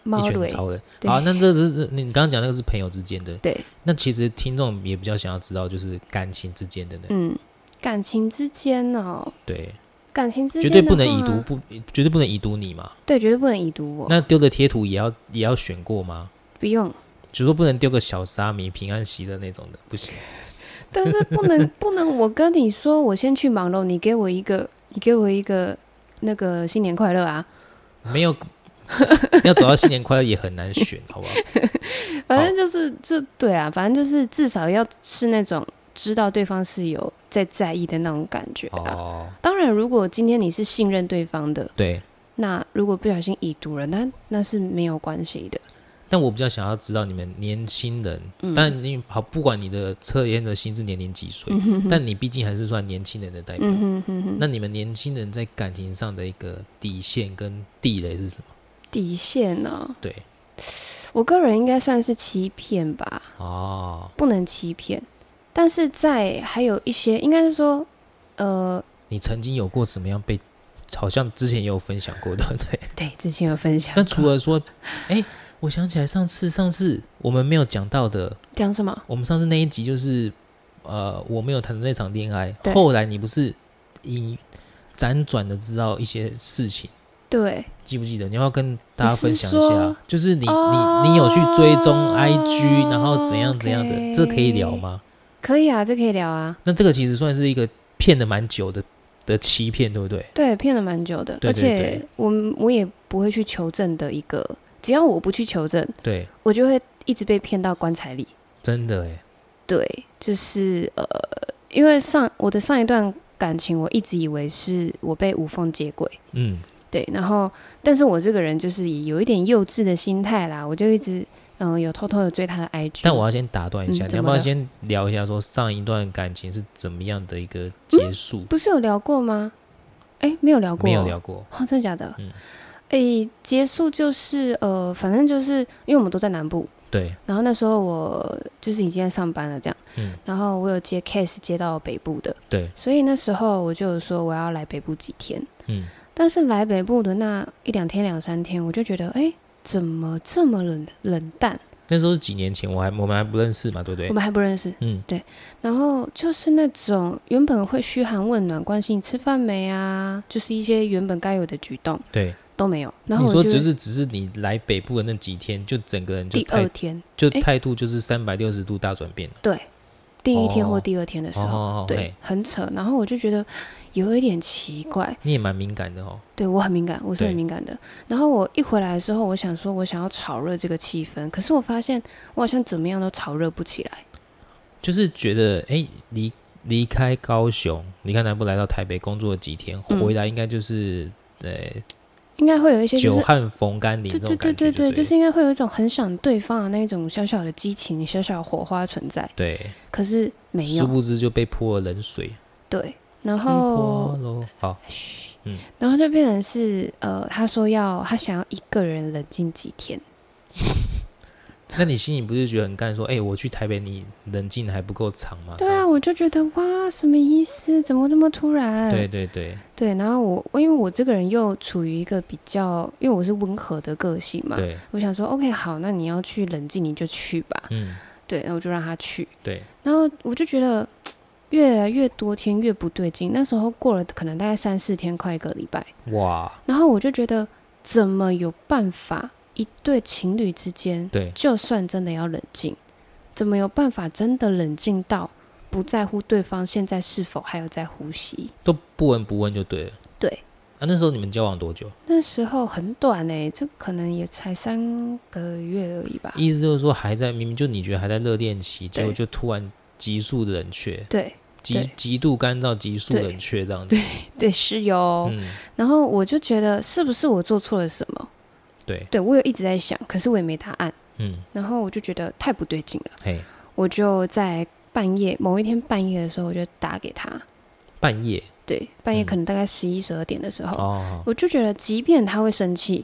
[SPEAKER 2] 猫
[SPEAKER 1] 一拳
[SPEAKER 2] 腿。
[SPEAKER 1] 超人。
[SPEAKER 2] 对
[SPEAKER 1] 好，那这只是你刚刚讲那个是朋友之间的，
[SPEAKER 2] 对，
[SPEAKER 1] 那其实听众也比较想要知道，就是感情之间的呢，
[SPEAKER 2] 嗯，感情之间哦，
[SPEAKER 1] 对，
[SPEAKER 2] 感情之
[SPEAKER 1] 绝对
[SPEAKER 2] 间的
[SPEAKER 1] 不能已
[SPEAKER 2] 话
[SPEAKER 1] 读，不，绝对不能已读你嘛。
[SPEAKER 2] 对，绝对不能已读我。
[SPEAKER 1] 那丢的贴图也要也要选过吗？
[SPEAKER 2] 不用，
[SPEAKER 1] 只是说不能丢个小沙弥、平安喜的那种的，不行。
[SPEAKER 2] 但是不 能不能，我跟你说，我先去忙喽，你给我一个，你给我一个那个新年快乐啊！
[SPEAKER 1] 没有， 要走到新年快乐也很难选，好不好？
[SPEAKER 2] 反正就是这对啊，反正就是至少要是那种知道对方是有在在意的那种感觉啊。
[SPEAKER 1] 哦，
[SPEAKER 2] 当然，如果今天你是信任对方的，
[SPEAKER 1] 对。
[SPEAKER 2] 那如果不小心已读了，那那是没有关系的。
[SPEAKER 1] 但我比较想要知道你们年轻人，
[SPEAKER 2] 嗯，
[SPEAKER 1] 但你好，不管你的测验的心智年龄几岁，
[SPEAKER 2] 嗯哼哼
[SPEAKER 1] 但你毕竟还是算年轻人的代表。
[SPEAKER 2] 嗯哼哼哼，
[SPEAKER 1] 那你们年轻人在感情上的一个底线跟地雷是什么？
[SPEAKER 2] 底线呢、
[SPEAKER 1] 对，
[SPEAKER 2] 我个人应该算是欺骗吧，
[SPEAKER 1] 哦，
[SPEAKER 2] 不能欺骗。但是在还有一些，应该是说，呃，
[SPEAKER 1] 你曾经有过怎么样被？好像之前也有分享过，对不对？
[SPEAKER 2] 对，之前有分享过。
[SPEAKER 1] 但除了说，哎、我想起来上次上次我们没有讲到的，
[SPEAKER 2] 讲什么？
[SPEAKER 1] 我们上次那一集就是，呃，我没有谈的那场恋爱，
[SPEAKER 2] 对
[SPEAKER 1] 后来你不是隐辗转的知道一些事情。
[SPEAKER 2] 对，
[SPEAKER 1] 记不记得？你要跟大家分享一
[SPEAKER 2] 你是
[SPEAKER 1] 下
[SPEAKER 2] 说，
[SPEAKER 1] 就是你、
[SPEAKER 2] 哦
[SPEAKER 1] 你你有去追踪 IG，然后怎样怎样的，
[SPEAKER 2] OK
[SPEAKER 1] 这可以聊吗？
[SPEAKER 2] 可以啊，这可以聊啊。
[SPEAKER 1] 那这个其实算是一个骗的蛮久的的欺骗，对不对？
[SPEAKER 2] 对，骗了蛮久的，
[SPEAKER 1] 对对
[SPEAKER 2] 而
[SPEAKER 1] 对
[SPEAKER 2] 且我们我也不会去求证的一个，只要我不去求证，
[SPEAKER 1] 对，
[SPEAKER 2] 我就会一直被骗到棺材里。
[SPEAKER 1] 真的哎，
[SPEAKER 2] 对，就是呃，因为上我的上一段感情，我一直以为是我被无缝接轨。
[SPEAKER 1] 嗯，
[SPEAKER 2] 对，然后但是我这个人就是也有一点幼稚的心态啦，我就一直嗯有偷偷的追他的 IG，
[SPEAKER 1] 但我要先打断一下，你要
[SPEAKER 2] 嗯怎
[SPEAKER 1] 不
[SPEAKER 2] 么
[SPEAKER 1] 要
[SPEAKER 2] 了
[SPEAKER 1] 先聊一下说上一段感情是怎么样的一个结束？
[SPEAKER 2] 不是有聊过吗？哎，没有聊过，
[SPEAKER 1] 没有聊过，
[SPEAKER 2] 哦，真的假的？
[SPEAKER 1] 嗯
[SPEAKER 2] 哎、结束就是呃，反正就是因为我们都在南部，
[SPEAKER 1] 对，
[SPEAKER 2] 然后那时候我就是已经在上班了这样，
[SPEAKER 1] 嗯，
[SPEAKER 2] 然后我有接 case 接到北部的，
[SPEAKER 1] 对，
[SPEAKER 2] 所以那时候我就有说我要来北部几天，
[SPEAKER 1] 嗯，
[SPEAKER 2] 但是来北部的那一两天两三天，我就觉得哎、怎么这么冷冷淡？
[SPEAKER 1] 那时候是几年前，我还我们还不认识嘛，对不对
[SPEAKER 2] 我？们还不认识，
[SPEAKER 1] 嗯，
[SPEAKER 2] 然后就是那种原本会嘘寒问暖、关心你吃饭没啊，就是一些原本该有的举动
[SPEAKER 1] 对。
[SPEAKER 2] 都没有。然后
[SPEAKER 1] 你
[SPEAKER 2] 我
[SPEAKER 1] 说
[SPEAKER 2] 就
[SPEAKER 1] 只
[SPEAKER 2] 会
[SPEAKER 1] 是只是你来北部的那几天，就整个人就
[SPEAKER 2] 第
[SPEAKER 1] 太
[SPEAKER 2] 二天，
[SPEAKER 1] 就
[SPEAKER 2] 诶
[SPEAKER 1] 态度就是三百六十度大转变了。
[SPEAKER 2] 对，第一天
[SPEAKER 1] 哦
[SPEAKER 2] 或第二天的时
[SPEAKER 1] 哦
[SPEAKER 2] 候，
[SPEAKER 1] 哦，哦
[SPEAKER 2] 对
[SPEAKER 1] 嘿，
[SPEAKER 2] 很扯。然后我就觉得有一点奇怪，
[SPEAKER 1] 你也蛮敏感的哦。
[SPEAKER 2] 对我很敏感，我是很
[SPEAKER 1] 对
[SPEAKER 2] 敏感的。然后我一回来的时候，我想说我想要炒热这个气氛，可是我发现我好像怎么样都炒热不起来。
[SPEAKER 1] 就是觉得哎，离离开高雄，离开南部来到台北工作了几天，
[SPEAKER 2] 嗯
[SPEAKER 1] 回来应该就是呃
[SPEAKER 2] 应该会有一些嗯就
[SPEAKER 1] 久
[SPEAKER 2] 是。
[SPEAKER 1] 旱逢甘霖这
[SPEAKER 2] 对对
[SPEAKER 1] 种
[SPEAKER 2] 对
[SPEAKER 1] 感觉
[SPEAKER 2] 对
[SPEAKER 1] 就对
[SPEAKER 2] 对，
[SPEAKER 1] 了，
[SPEAKER 2] 就是应该会有一种很想对方的那种小小的激情、小小的火花存在，
[SPEAKER 1] 对，
[SPEAKER 2] 可是没有
[SPEAKER 1] 殊。不知就被泼了冷水。
[SPEAKER 2] 对，然
[SPEAKER 1] 冲破
[SPEAKER 2] 后
[SPEAKER 1] 喽，好，
[SPEAKER 2] 嘘，
[SPEAKER 1] 嗯
[SPEAKER 2] 然后就变成
[SPEAKER 1] 哦
[SPEAKER 2] 是呃，他说要他想要一个人冷静几天，
[SPEAKER 1] 那你心里不是觉得很干？说，哎、我去台北，你冷静还不够长吗？
[SPEAKER 2] 对啊，我就觉得哇，什么意思？怎么这么突然？
[SPEAKER 1] 对对对
[SPEAKER 2] 对，然后我因为我这个人又处于一个比较，因为我是温和的个性嘛，
[SPEAKER 1] 对，
[SPEAKER 2] 我想说 OK 好，那你要去冷静你就去吧，
[SPEAKER 1] 嗯，
[SPEAKER 2] 对，那我就让他去，
[SPEAKER 1] 对，
[SPEAKER 2] 然后我就觉得越来越多天越不对劲，那时候过了可能大概三四天，快一个礼拜，
[SPEAKER 1] 哇，
[SPEAKER 2] 然后我就觉得怎么有办法一对情侣之间，
[SPEAKER 1] 对
[SPEAKER 2] 就算真的要冷静，怎么有办法真的冷静到不在乎对方现在是否还有在呼吸？
[SPEAKER 1] 都不闻不问就对了。
[SPEAKER 2] 对
[SPEAKER 1] 啊，那时候你们交往多久？
[SPEAKER 2] 那时候很短诶、这可能也才三个月而已吧。
[SPEAKER 1] 意思就是说还在，明明就你觉得还在热恋期，结果就突然急速的冷却，
[SPEAKER 2] 对
[SPEAKER 1] 极
[SPEAKER 2] 对
[SPEAKER 1] 极度干燥，急速
[SPEAKER 2] 对
[SPEAKER 1] 冷却这样子。
[SPEAKER 2] 对，是哟。
[SPEAKER 1] 嗯，
[SPEAKER 2] 然后我就觉得是不是我做错了什么？
[SPEAKER 1] 对，
[SPEAKER 2] 对我有一直在想，可是我也没答案。
[SPEAKER 1] 嗯，
[SPEAKER 2] 然后我就觉得太不对劲了，
[SPEAKER 1] 嘿，
[SPEAKER 2] 我就在半夜某一天半夜的时候，我就打给他。
[SPEAKER 1] 半夜
[SPEAKER 2] 对，半夜
[SPEAKER 1] 嗯
[SPEAKER 2] 可能大概十一十二点的时候，
[SPEAKER 1] 哦，
[SPEAKER 2] 我就觉得，即便他会生气，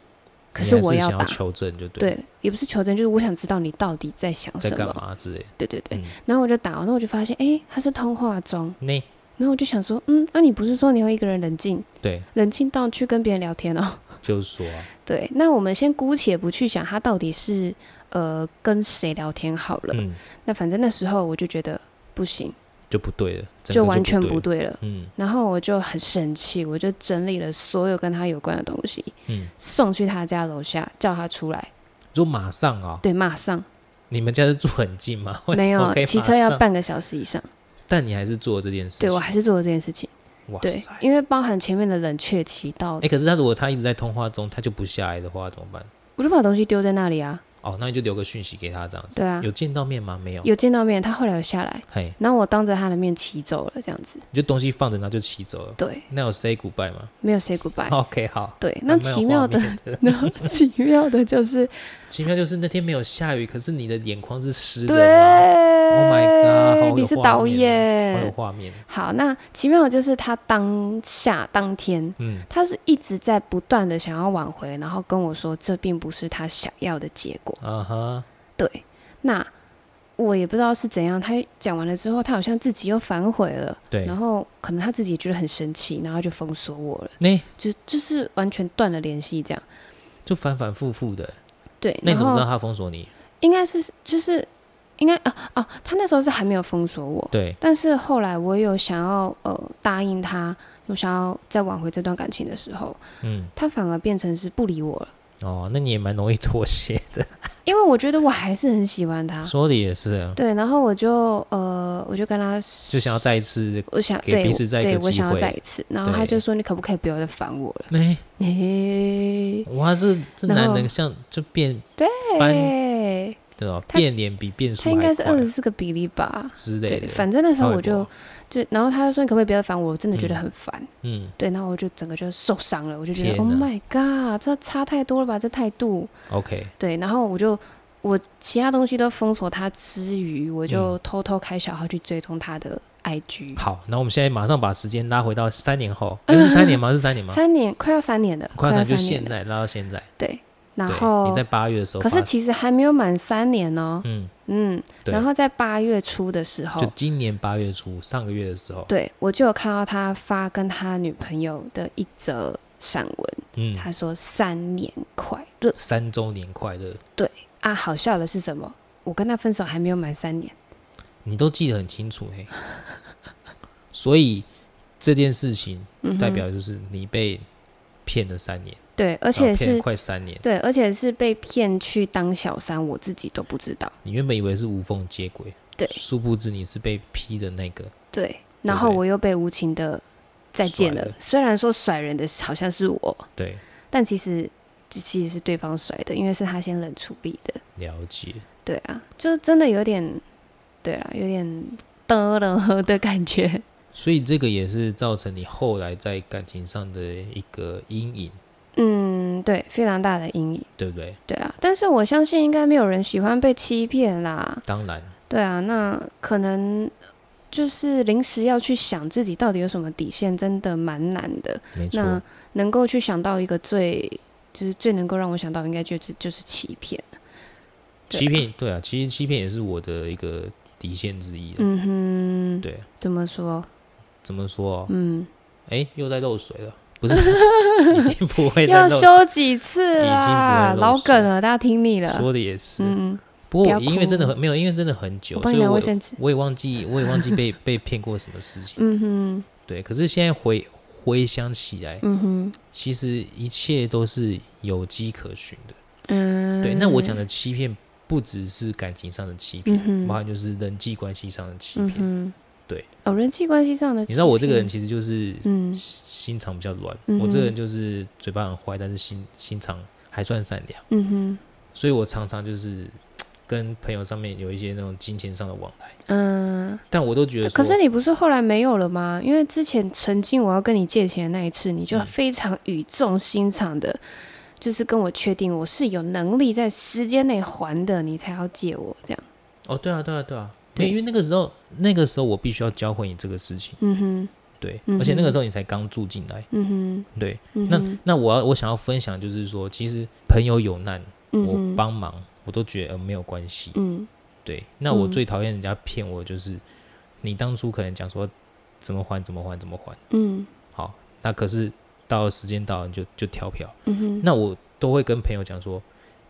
[SPEAKER 2] 可
[SPEAKER 1] 你
[SPEAKER 2] 是
[SPEAKER 1] 还
[SPEAKER 2] 我
[SPEAKER 1] 想
[SPEAKER 2] 打。
[SPEAKER 1] 求证就对了，
[SPEAKER 2] 对，也不是求证，就是我想知道你到底在想
[SPEAKER 1] 在
[SPEAKER 2] 什
[SPEAKER 1] 干
[SPEAKER 2] 么。
[SPEAKER 1] 嘛之类的。
[SPEAKER 2] 对对对，
[SPEAKER 1] 嗯
[SPEAKER 2] 然后我就打，然后我就发现，哎、他是通话中，
[SPEAKER 1] 那
[SPEAKER 2] 然后我就想说，嗯，那、你不是说你会一个人冷静，
[SPEAKER 1] 对，
[SPEAKER 2] 冷静到去跟别人聊天哦？
[SPEAKER 1] 就是说啊，
[SPEAKER 2] 对，那我们先姑且不去想他到底是呃跟谁聊天好了。
[SPEAKER 1] 嗯，
[SPEAKER 2] 那反正那时候我就觉得不行，
[SPEAKER 1] 就不对了，整个
[SPEAKER 2] 就完全
[SPEAKER 1] 不
[SPEAKER 2] 不
[SPEAKER 1] 了。
[SPEAKER 2] 对了。
[SPEAKER 1] 嗯
[SPEAKER 2] 然后我就很生气，我就整理了所有跟他有关的东西，
[SPEAKER 1] 嗯，
[SPEAKER 2] 送去他家楼下，叫他出来，
[SPEAKER 1] 就马上啊、
[SPEAKER 2] 对，马上
[SPEAKER 1] 你们家是住很近吗？ 为
[SPEAKER 2] 没
[SPEAKER 1] 什么
[SPEAKER 2] 有
[SPEAKER 1] 可以
[SPEAKER 2] 骑
[SPEAKER 1] 马
[SPEAKER 2] 车要
[SPEAKER 1] 上，
[SPEAKER 2] 半个小时以上。
[SPEAKER 1] 但你还是做这件事情。
[SPEAKER 2] 对我还是做了这件事情，
[SPEAKER 1] 哇
[SPEAKER 2] 对
[SPEAKER 1] 塞，，
[SPEAKER 2] 因为包含前面的冷却期到
[SPEAKER 1] 哎、，可是他如果他一直在通话中，他就不下来的话怎么办？
[SPEAKER 2] 我就把东西丢在那里啊，
[SPEAKER 1] 哦，那你就留个讯息给他这样子。
[SPEAKER 2] 对啊，
[SPEAKER 1] 有见到面吗？没有。
[SPEAKER 2] 有见到面，他后来有下来，
[SPEAKER 1] 嘿，
[SPEAKER 2] 然后我当着他的面骑走了，这样子，
[SPEAKER 1] 你就东西放着，然后就骑走了。
[SPEAKER 2] 对，
[SPEAKER 1] 那有 say goodbye 吗
[SPEAKER 2] 没 有 say goodbye，
[SPEAKER 1] ？OK，好。
[SPEAKER 2] 对，哎那
[SPEAKER 1] 还蛮有
[SPEAKER 2] 奇妙的
[SPEAKER 1] 画，面
[SPEAKER 2] 然后 奇妙的就是，
[SPEAKER 1] 奇妙就是那天没有下雨，可是你的眼眶是湿的
[SPEAKER 2] 对
[SPEAKER 1] 吗？Oh my god！好有
[SPEAKER 2] 你是
[SPEAKER 1] 画
[SPEAKER 2] 导
[SPEAKER 1] 面哦好有
[SPEAKER 2] 演，
[SPEAKER 1] 画面。
[SPEAKER 2] 好，那奇妙的就是他当下当天。
[SPEAKER 1] 嗯，
[SPEAKER 2] 他是一直在不断的想要挽回，然后跟我说这并不是他想要的结果。
[SPEAKER 1] 啊哈，
[SPEAKER 2] 对，那我也不知道是怎样，他讲完了之后，他好像自己又反悔了，
[SPEAKER 1] 对
[SPEAKER 2] 然。后可能他自己也觉得很生气，然后就封锁我了，
[SPEAKER 1] 那、
[SPEAKER 2] 就就是完全断了联系这样。
[SPEAKER 1] 就反反复复的。
[SPEAKER 2] 对，
[SPEAKER 1] 那
[SPEAKER 2] 然
[SPEAKER 1] 你怎么知道
[SPEAKER 2] 后
[SPEAKER 1] 他封锁你？
[SPEAKER 2] 应该是就是应该哦哦，他那时候是还没有封锁我，
[SPEAKER 1] 对，
[SPEAKER 2] 但是后来我有想要呃答应他，我想要再挽回这段感情的时候，
[SPEAKER 1] 嗯，
[SPEAKER 2] 他反而变成是不理我了，
[SPEAKER 1] 哦，那你也蛮容易妥协的，
[SPEAKER 2] 因为我觉得我还是很喜欢他。
[SPEAKER 1] 说的也是啊，
[SPEAKER 2] 对，然后我就呃，我就跟他
[SPEAKER 1] 就想要再一次，
[SPEAKER 2] 我想
[SPEAKER 1] 给
[SPEAKER 2] 对
[SPEAKER 1] 彼
[SPEAKER 2] 我
[SPEAKER 1] 此再一个
[SPEAKER 2] 对
[SPEAKER 1] 机
[SPEAKER 2] 我想要
[SPEAKER 1] 会
[SPEAKER 2] 再一次，然后他
[SPEAKER 1] 对
[SPEAKER 2] 就说你可不可以不要再烦我了？
[SPEAKER 1] 哎、
[SPEAKER 2] 嘿，
[SPEAKER 1] 哇，这这
[SPEAKER 2] 然
[SPEAKER 1] 男
[SPEAKER 2] 后
[SPEAKER 1] 人像就变翻
[SPEAKER 2] 对，
[SPEAKER 1] 对吧？
[SPEAKER 2] 他
[SPEAKER 1] 变脸比变数
[SPEAKER 2] 他应
[SPEAKER 1] 还
[SPEAKER 2] 该是
[SPEAKER 1] 快
[SPEAKER 2] 二十四个比例吧？
[SPEAKER 1] 之类
[SPEAKER 2] 对，
[SPEAKER 1] 的，
[SPEAKER 2] 反正那时候
[SPEAKER 1] 超微
[SPEAKER 2] 我就
[SPEAKER 1] 博
[SPEAKER 2] 就，然后他就说你可不可以不要再烦我？我真的觉得
[SPEAKER 1] 嗯
[SPEAKER 2] 很烦。
[SPEAKER 1] 嗯，
[SPEAKER 2] 对，然后我就整个就受伤了，我就觉
[SPEAKER 1] 天
[SPEAKER 2] 得 Oh
[SPEAKER 1] 哪
[SPEAKER 2] my god，这差太多了吧？这态度。
[SPEAKER 1] OK，
[SPEAKER 2] 对，然后我就。我其他东西都封锁他之余，我就偷偷开小号去追踪他的 IG，、
[SPEAKER 1] 嗯好，那我们现在马上把时间拉回到三年后，哎、是三年吗？是三年吗？
[SPEAKER 2] 嗯三年快要三年了，
[SPEAKER 1] 快
[SPEAKER 2] 要
[SPEAKER 1] 三
[SPEAKER 2] 三
[SPEAKER 1] 就
[SPEAKER 2] 年
[SPEAKER 1] 现
[SPEAKER 2] 了。
[SPEAKER 1] 在拉到现在，
[SPEAKER 2] 对，然
[SPEAKER 1] 对，
[SPEAKER 2] 后
[SPEAKER 1] 你在八月的时候
[SPEAKER 2] 可
[SPEAKER 1] 发，
[SPEAKER 2] 是其实还没有满三年呢、
[SPEAKER 1] 嗯，
[SPEAKER 2] 嗯，
[SPEAKER 1] 对
[SPEAKER 2] 然后在八月初的时
[SPEAKER 1] 就
[SPEAKER 2] 候，
[SPEAKER 1] 今年八月初上个月的时候，
[SPEAKER 2] 哦对我就有看到他发跟他女朋友的一则散文，
[SPEAKER 1] 嗯，
[SPEAKER 2] 他说三年快乐
[SPEAKER 1] 三周年快乐，
[SPEAKER 2] 啊，好笑的是什么？我跟他分手还没有满三年，
[SPEAKER 1] 你都记得很清楚嘿，所以这件事情
[SPEAKER 2] 嗯哼
[SPEAKER 1] 代表就是你被骗了三年，
[SPEAKER 2] 对，而
[SPEAKER 1] 而
[SPEAKER 2] 且
[SPEAKER 1] 啊骗了
[SPEAKER 2] 是
[SPEAKER 1] 快三年，
[SPEAKER 2] 对，而且是被骗去当小三，我自己都不知道，
[SPEAKER 1] 你原本以为是无缝接轨，
[SPEAKER 2] 对
[SPEAKER 1] 殊不知你是被批的那个，
[SPEAKER 2] 对，然后
[SPEAKER 1] 对
[SPEAKER 2] 我又被无情的再见
[SPEAKER 1] 甩
[SPEAKER 2] 了
[SPEAKER 1] 了。
[SPEAKER 2] 虽然说甩人的好像是我，
[SPEAKER 1] 对，
[SPEAKER 2] 但其实其其实是对方甩的，因为是他先冷处理的。
[SPEAKER 1] 了解，
[SPEAKER 2] 对啊，就真的有点，对啦，有 点得了的感觉。
[SPEAKER 1] 所以这个也是造成你后来在感情上的一个阴影，
[SPEAKER 2] 嗯，对，非常大的阴影。
[SPEAKER 1] 对不对？
[SPEAKER 2] 对啊，但是我相信应该没有人喜欢被欺骗啦。
[SPEAKER 1] 当然，
[SPEAKER 2] 对啊，那可能就是临时要去想自己到底有什么底线，真的蛮难的。
[SPEAKER 1] 没错，
[SPEAKER 2] 那能够去想到一个最，就是最能够让我想到，应该就是就是欺骗。对
[SPEAKER 1] 欺骗，对啊，其实欺骗也是我的一个底线之一啊。
[SPEAKER 2] 嗯哼，
[SPEAKER 1] 对，
[SPEAKER 2] 怎么说？
[SPEAKER 1] 怎么说哦？
[SPEAKER 2] 嗯，
[SPEAKER 1] 哎、又在漏水了， 不是，已经不会再
[SPEAKER 2] 要
[SPEAKER 1] 漏水。
[SPEAKER 2] 修几次
[SPEAKER 1] 已经不会
[SPEAKER 2] 啦？
[SPEAKER 1] 漏
[SPEAKER 2] 老
[SPEAKER 1] 水
[SPEAKER 2] 梗了，大家听腻了。
[SPEAKER 1] 说的也是，
[SPEAKER 2] 嗯，
[SPEAKER 1] 不
[SPEAKER 2] 不
[SPEAKER 1] 过
[SPEAKER 2] 要
[SPEAKER 1] 我因为真的
[SPEAKER 2] 哭
[SPEAKER 1] 很没有，因为真的很久，
[SPEAKER 2] 我
[SPEAKER 1] 所
[SPEAKER 2] 帮你
[SPEAKER 1] 以
[SPEAKER 2] 拿
[SPEAKER 1] 我
[SPEAKER 2] 卫生纸。
[SPEAKER 1] 我也忘记，我也忘记被 被骗过什么事情。
[SPEAKER 2] 嗯哼，
[SPEAKER 1] 对，可是现在回回想起来，
[SPEAKER 2] 嗯哼，
[SPEAKER 1] 其实一切都是有迹可循的。
[SPEAKER 2] 嗯。
[SPEAKER 1] 对，那我讲，的欺骗不只是感情上的欺骗，
[SPEAKER 2] 嗯哼，
[SPEAKER 1] 包含就是人际关系上的欺
[SPEAKER 2] 嗯
[SPEAKER 1] 骗。
[SPEAKER 2] 哼，
[SPEAKER 1] 对。
[SPEAKER 2] 哦，人际关系上的，
[SPEAKER 1] 你知道我这个人，其实就是
[SPEAKER 2] 嗯
[SPEAKER 1] 心肠比较软，
[SPEAKER 2] 嗯哼
[SPEAKER 1] 我这个人就是嘴巴很坏，但是心心肠还算善良，
[SPEAKER 2] 嗯
[SPEAKER 1] 所以我常常就是嘖跟朋友上面有一些那种金钱上的往来，
[SPEAKER 2] 哼，嗯。
[SPEAKER 1] 但我都觉得说，
[SPEAKER 2] 可是你不是后来没有了吗？因为之前曾经我要跟你借钱的那一次，你就
[SPEAKER 1] 嗯
[SPEAKER 2] 非常语重心长的，就是跟我确定我是有能力在时间内还的，你才要借我这样。
[SPEAKER 1] 哦，对啊，对啊，对啊，
[SPEAKER 2] 对
[SPEAKER 1] 对，因为那个时候，那个时候我必须要教会你这个事情，
[SPEAKER 2] 嗯哼，
[SPEAKER 1] 对，
[SPEAKER 2] 嗯哼
[SPEAKER 1] 而且那个时候你才刚住进来，
[SPEAKER 2] 嗯哼，
[SPEAKER 1] 对，
[SPEAKER 2] 嗯
[SPEAKER 1] 那
[SPEAKER 2] 哼，
[SPEAKER 1] 那我要我想要分享就是说，其实朋友有难，
[SPEAKER 2] 嗯
[SPEAKER 1] 我
[SPEAKER 2] 哼，
[SPEAKER 1] 帮忙，我都觉得、呃、没有关系，
[SPEAKER 2] 嗯
[SPEAKER 1] 对，那我
[SPEAKER 2] 嗯
[SPEAKER 1] 最讨厌人家骗我，就是你当初可能讲说怎么还怎么还怎么还，
[SPEAKER 2] 嗯
[SPEAKER 1] 好，那可是到了时间到了你就就跳票，
[SPEAKER 2] 嗯哼，
[SPEAKER 1] 那我都会跟朋友讲说，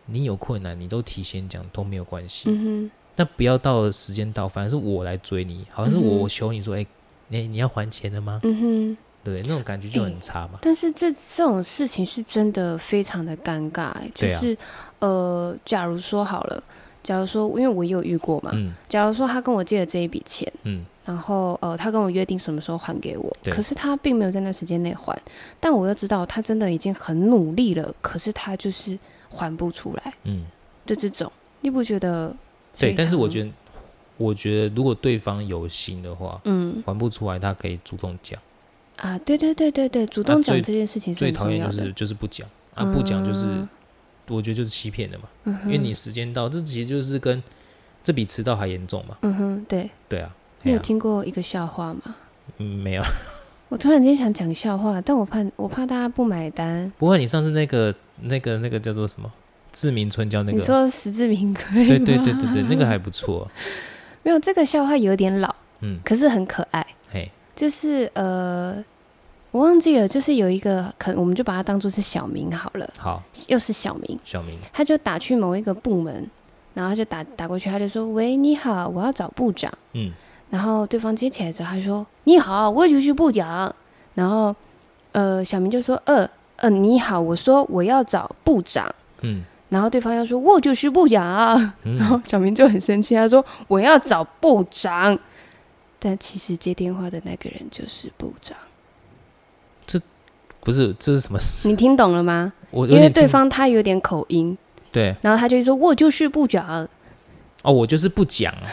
[SPEAKER 1] 你有困难你都提前讲都没有关系，
[SPEAKER 2] 嗯
[SPEAKER 1] 那不要到了时间到，反而是我来追你，好像是
[SPEAKER 2] 嗯
[SPEAKER 1] 我
[SPEAKER 2] 哼
[SPEAKER 1] 我求你说，哎、你你要还钱了吗
[SPEAKER 2] 哼，？嗯哼。
[SPEAKER 1] 对不对？那种感觉就
[SPEAKER 2] 哎
[SPEAKER 1] 很差嘛。
[SPEAKER 2] 但是这这种事情是真的非常的尴尬、欸，就
[SPEAKER 1] 对啊
[SPEAKER 2] 是、呃，假如说好了，假如说因为我也有遇过嘛，
[SPEAKER 1] 嗯
[SPEAKER 2] 假如说他跟我借了这一笔钱。
[SPEAKER 1] 嗯，
[SPEAKER 2] 然后呃，他跟我约定什么时候还给我，
[SPEAKER 1] 对
[SPEAKER 2] 可是他并没有在那时间内还，但我又知道他真的已经很努力了，可是他就是还不出来
[SPEAKER 1] 嗯，
[SPEAKER 2] 的这种，你不觉得？
[SPEAKER 1] 对。但是我觉，得，我觉得如果对方有心的话，
[SPEAKER 2] 嗯
[SPEAKER 1] 还不出来，他可以主动讲。
[SPEAKER 2] 啊，对对对对对，主
[SPEAKER 1] 那
[SPEAKER 2] 动讲
[SPEAKER 1] 最
[SPEAKER 2] 这件事情是
[SPEAKER 1] 最
[SPEAKER 2] 很
[SPEAKER 1] 讨
[SPEAKER 2] 重
[SPEAKER 1] 厌
[SPEAKER 2] 要
[SPEAKER 1] 就
[SPEAKER 2] 的，
[SPEAKER 1] 是就是不讲啊，不讲就是、
[SPEAKER 2] 嗯
[SPEAKER 1] 我觉得就是欺骗的嘛，
[SPEAKER 2] 嗯
[SPEAKER 1] 因
[SPEAKER 2] 哼
[SPEAKER 1] 为你时间到，这其实就是跟这比迟到还严重嘛。
[SPEAKER 2] 嗯哼，对，
[SPEAKER 1] 对啊，
[SPEAKER 2] 你
[SPEAKER 1] 哎
[SPEAKER 2] 有
[SPEAKER 1] 呀，
[SPEAKER 2] 听过一个笑话吗？
[SPEAKER 1] 嗯没有。
[SPEAKER 2] 我突然间想讲笑话，但我怕我怕大家不买单。
[SPEAKER 1] 不过你上次那个那个那个叫做什么？志明春娇那
[SPEAKER 2] 你
[SPEAKER 1] 个，
[SPEAKER 2] 说实至名归吗，
[SPEAKER 1] 对对对对对， 那个还不错。
[SPEAKER 2] 没有这个笑话有点老，
[SPEAKER 1] 嗯，
[SPEAKER 2] 可是很可爱。
[SPEAKER 1] 嘿，
[SPEAKER 2] 就是呃，我忘记了，就是有一个可我们就把它当做是小明好了，
[SPEAKER 1] 好，
[SPEAKER 2] 又是小明，
[SPEAKER 1] 小明，
[SPEAKER 2] 他就打去某一个部门，然后他就打打过去，他就说：“喂，你好，我要找部长。”
[SPEAKER 1] 嗯，
[SPEAKER 2] 然后对方接起来之后，他说：“你好，我就是部长。”然后呃，小明就说：“呃呃，你好，我说我要找部长。”
[SPEAKER 1] 嗯
[SPEAKER 2] 然后对方又说：“我就是部长。”然后
[SPEAKER 1] 嗯，
[SPEAKER 2] 小明就很生气，他说：“我要找部长。”但其实接电话的那个人就是部长，
[SPEAKER 1] 不是，这是什么事？
[SPEAKER 2] 你听懂了吗？
[SPEAKER 1] 我有
[SPEAKER 2] 因为
[SPEAKER 1] 点
[SPEAKER 2] 对
[SPEAKER 1] 听
[SPEAKER 2] 方他有点口音，
[SPEAKER 1] 对
[SPEAKER 2] 然后他就会说：“我就是部长。
[SPEAKER 1] 哦，我就是不讲 啊，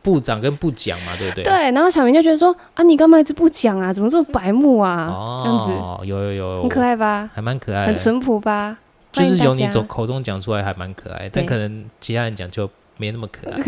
[SPEAKER 1] 部长跟不讲嘛，对不”对？
[SPEAKER 2] 对，然后小明就觉得说：“啊，你干嘛一直不讲啊？怎么这么白目啊？”这样子
[SPEAKER 1] 哦，有有有，
[SPEAKER 2] 很可爱吧？
[SPEAKER 1] 还蛮可爱的，
[SPEAKER 2] 很淳朴吧？
[SPEAKER 1] 就是由你
[SPEAKER 2] 欢迎大
[SPEAKER 1] 走
[SPEAKER 2] 家
[SPEAKER 1] 口中讲出来还蛮可爱，但
[SPEAKER 2] 对
[SPEAKER 1] 可能其他人讲就没那么可 爱。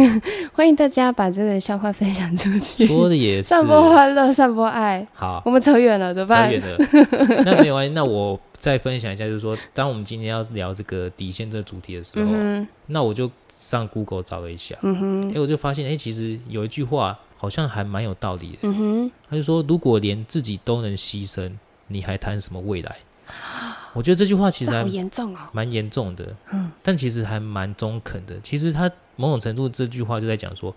[SPEAKER 2] 欢迎大家把这个笑话分享出去，
[SPEAKER 1] 说的也是，
[SPEAKER 2] 散播欢乐，散播爱。
[SPEAKER 1] 好，
[SPEAKER 2] 我们扯远了，怎么
[SPEAKER 1] 扯
[SPEAKER 2] 办
[SPEAKER 1] 远？了， 那没有关系。那我再分享一下，就是说，当我们今天要聊这个底线这个主题的时候，
[SPEAKER 2] 嗯哼，
[SPEAKER 1] 那我就上 Google 找了一下，
[SPEAKER 2] 嗯哼
[SPEAKER 1] 哎、，我就发现，哎、其实有一句话好像还蛮有道理的，
[SPEAKER 2] 嗯哼，
[SPEAKER 1] 他就说，如果连自己都能牺牲，你还谈什么未来？我觉得这句话其
[SPEAKER 2] 这
[SPEAKER 1] 实
[SPEAKER 2] 好
[SPEAKER 1] 还
[SPEAKER 2] 严重哦。
[SPEAKER 1] 蛮严重的，
[SPEAKER 2] 嗯，
[SPEAKER 1] 但其实还蛮中肯的。其实他某种程度这句话就在讲说，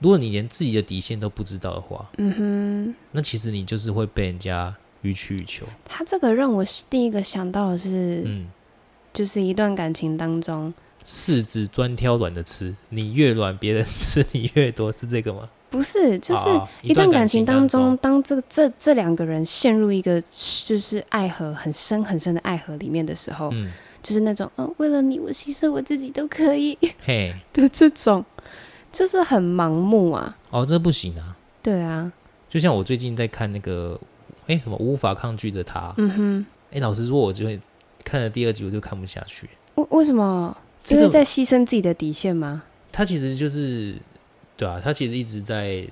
[SPEAKER 1] 如果你连自己的底线都不知道的话，
[SPEAKER 2] 嗯
[SPEAKER 1] 那其实你就是会被人家予取予求
[SPEAKER 2] 哼，。他这个让我第一个想到的是，
[SPEAKER 1] 嗯，
[SPEAKER 2] 就是一段感情当中，
[SPEAKER 1] 柿子专挑软的吃，你越软，别人吃 你越多，是这个吗？
[SPEAKER 2] 不是，就是
[SPEAKER 1] 啊
[SPEAKER 2] 一段感情当中，
[SPEAKER 1] 中，
[SPEAKER 2] 当这这这两个人陷入一个就是爱河很深很深的爱河里面的时候，
[SPEAKER 1] 嗯，
[SPEAKER 2] 就是那种，嗯、为了你，我牺牲我自己都可以
[SPEAKER 1] 嘿，
[SPEAKER 2] 的这种，就是很盲目啊。
[SPEAKER 1] 哦，这不行啊！
[SPEAKER 2] 对啊，
[SPEAKER 1] 就像我最近在看那个，哎、什么无法抗拒的他，哎、
[SPEAKER 2] 嗯哼，
[SPEAKER 1] 老实说，我就会看了第二集，我就看不下去。
[SPEAKER 2] 为为什么？
[SPEAKER 1] 这
[SPEAKER 2] 因为
[SPEAKER 1] 个
[SPEAKER 2] 在牺牲自己的底线吗？
[SPEAKER 1] 他其实就是，对啊，他其实一直在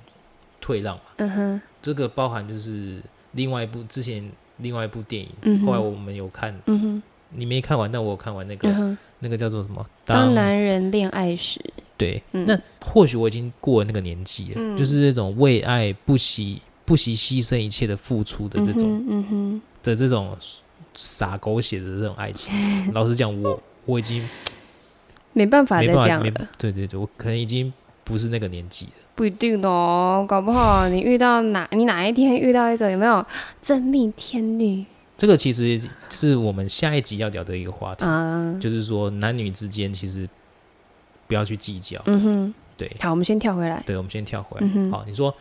[SPEAKER 1] 退让嘛。
[SPEAKER 2] 嗯哼，
[SPEAKER 1] 这个包含就是另外一部之前另外一部电影，
[SPEAKER 2] 嗯哼
[SPEAKER 1] 后来我们有看，
[SPEAKER 2] 嗯哼，
[SPEAKER 1] 你没看完，但我有看完那个、
[SPEAKER 2] 嗯哼，
[SPEAKER 1] 那个叫做什么？
[SPEAKER 2] 当男人恋爱时，
[SPEAKER 1] 对，
[SPEAKER 2] 嗯
[SPEAKER 1] 那或许我已经过了那个年纪了，
[SPEAKER 2] 嗯
[SPEAKER 1] 就是那种为爱不惜不惜牺牲一切的付出的这种、
[SPEAKER 2] 嗯哼，
[SPEAKER 1] 的这种傻狗血的这种爱情。 老实讲，我我已经
[SPEAKER 2] 没办法
[SPEAKER 1] 没
[SPEAKER 2] 再
[SPEAKER 1] 办法，
[SPEAKER 2] 这样
[SPEAKER 1] 没
[SPEAKER 2] 了，
[SPEAKER 1] 对对对，我可能已经不是那个年纪了。
[SPEAKER 2] 不一定哦，搞不好你遇到哪，你哪一天遇到一个有没有真命天女
[SPEAKER 1] 这个其实是我们下一集要聊的一个话题，
[SPEAKER 2] 啊？
[SPEAKER 1] 就是说男女之间其实不要去计较。
[SPEAKER 2] 嗯哼，
[SPEAKER 1] 对
[SPEAKER 2] 好，我们先跳回来，
[SPEAKER 1] 对，我们先跳回来。
[SPEAKER 2] 嗯哼
[SPEAKER 1] 好，你说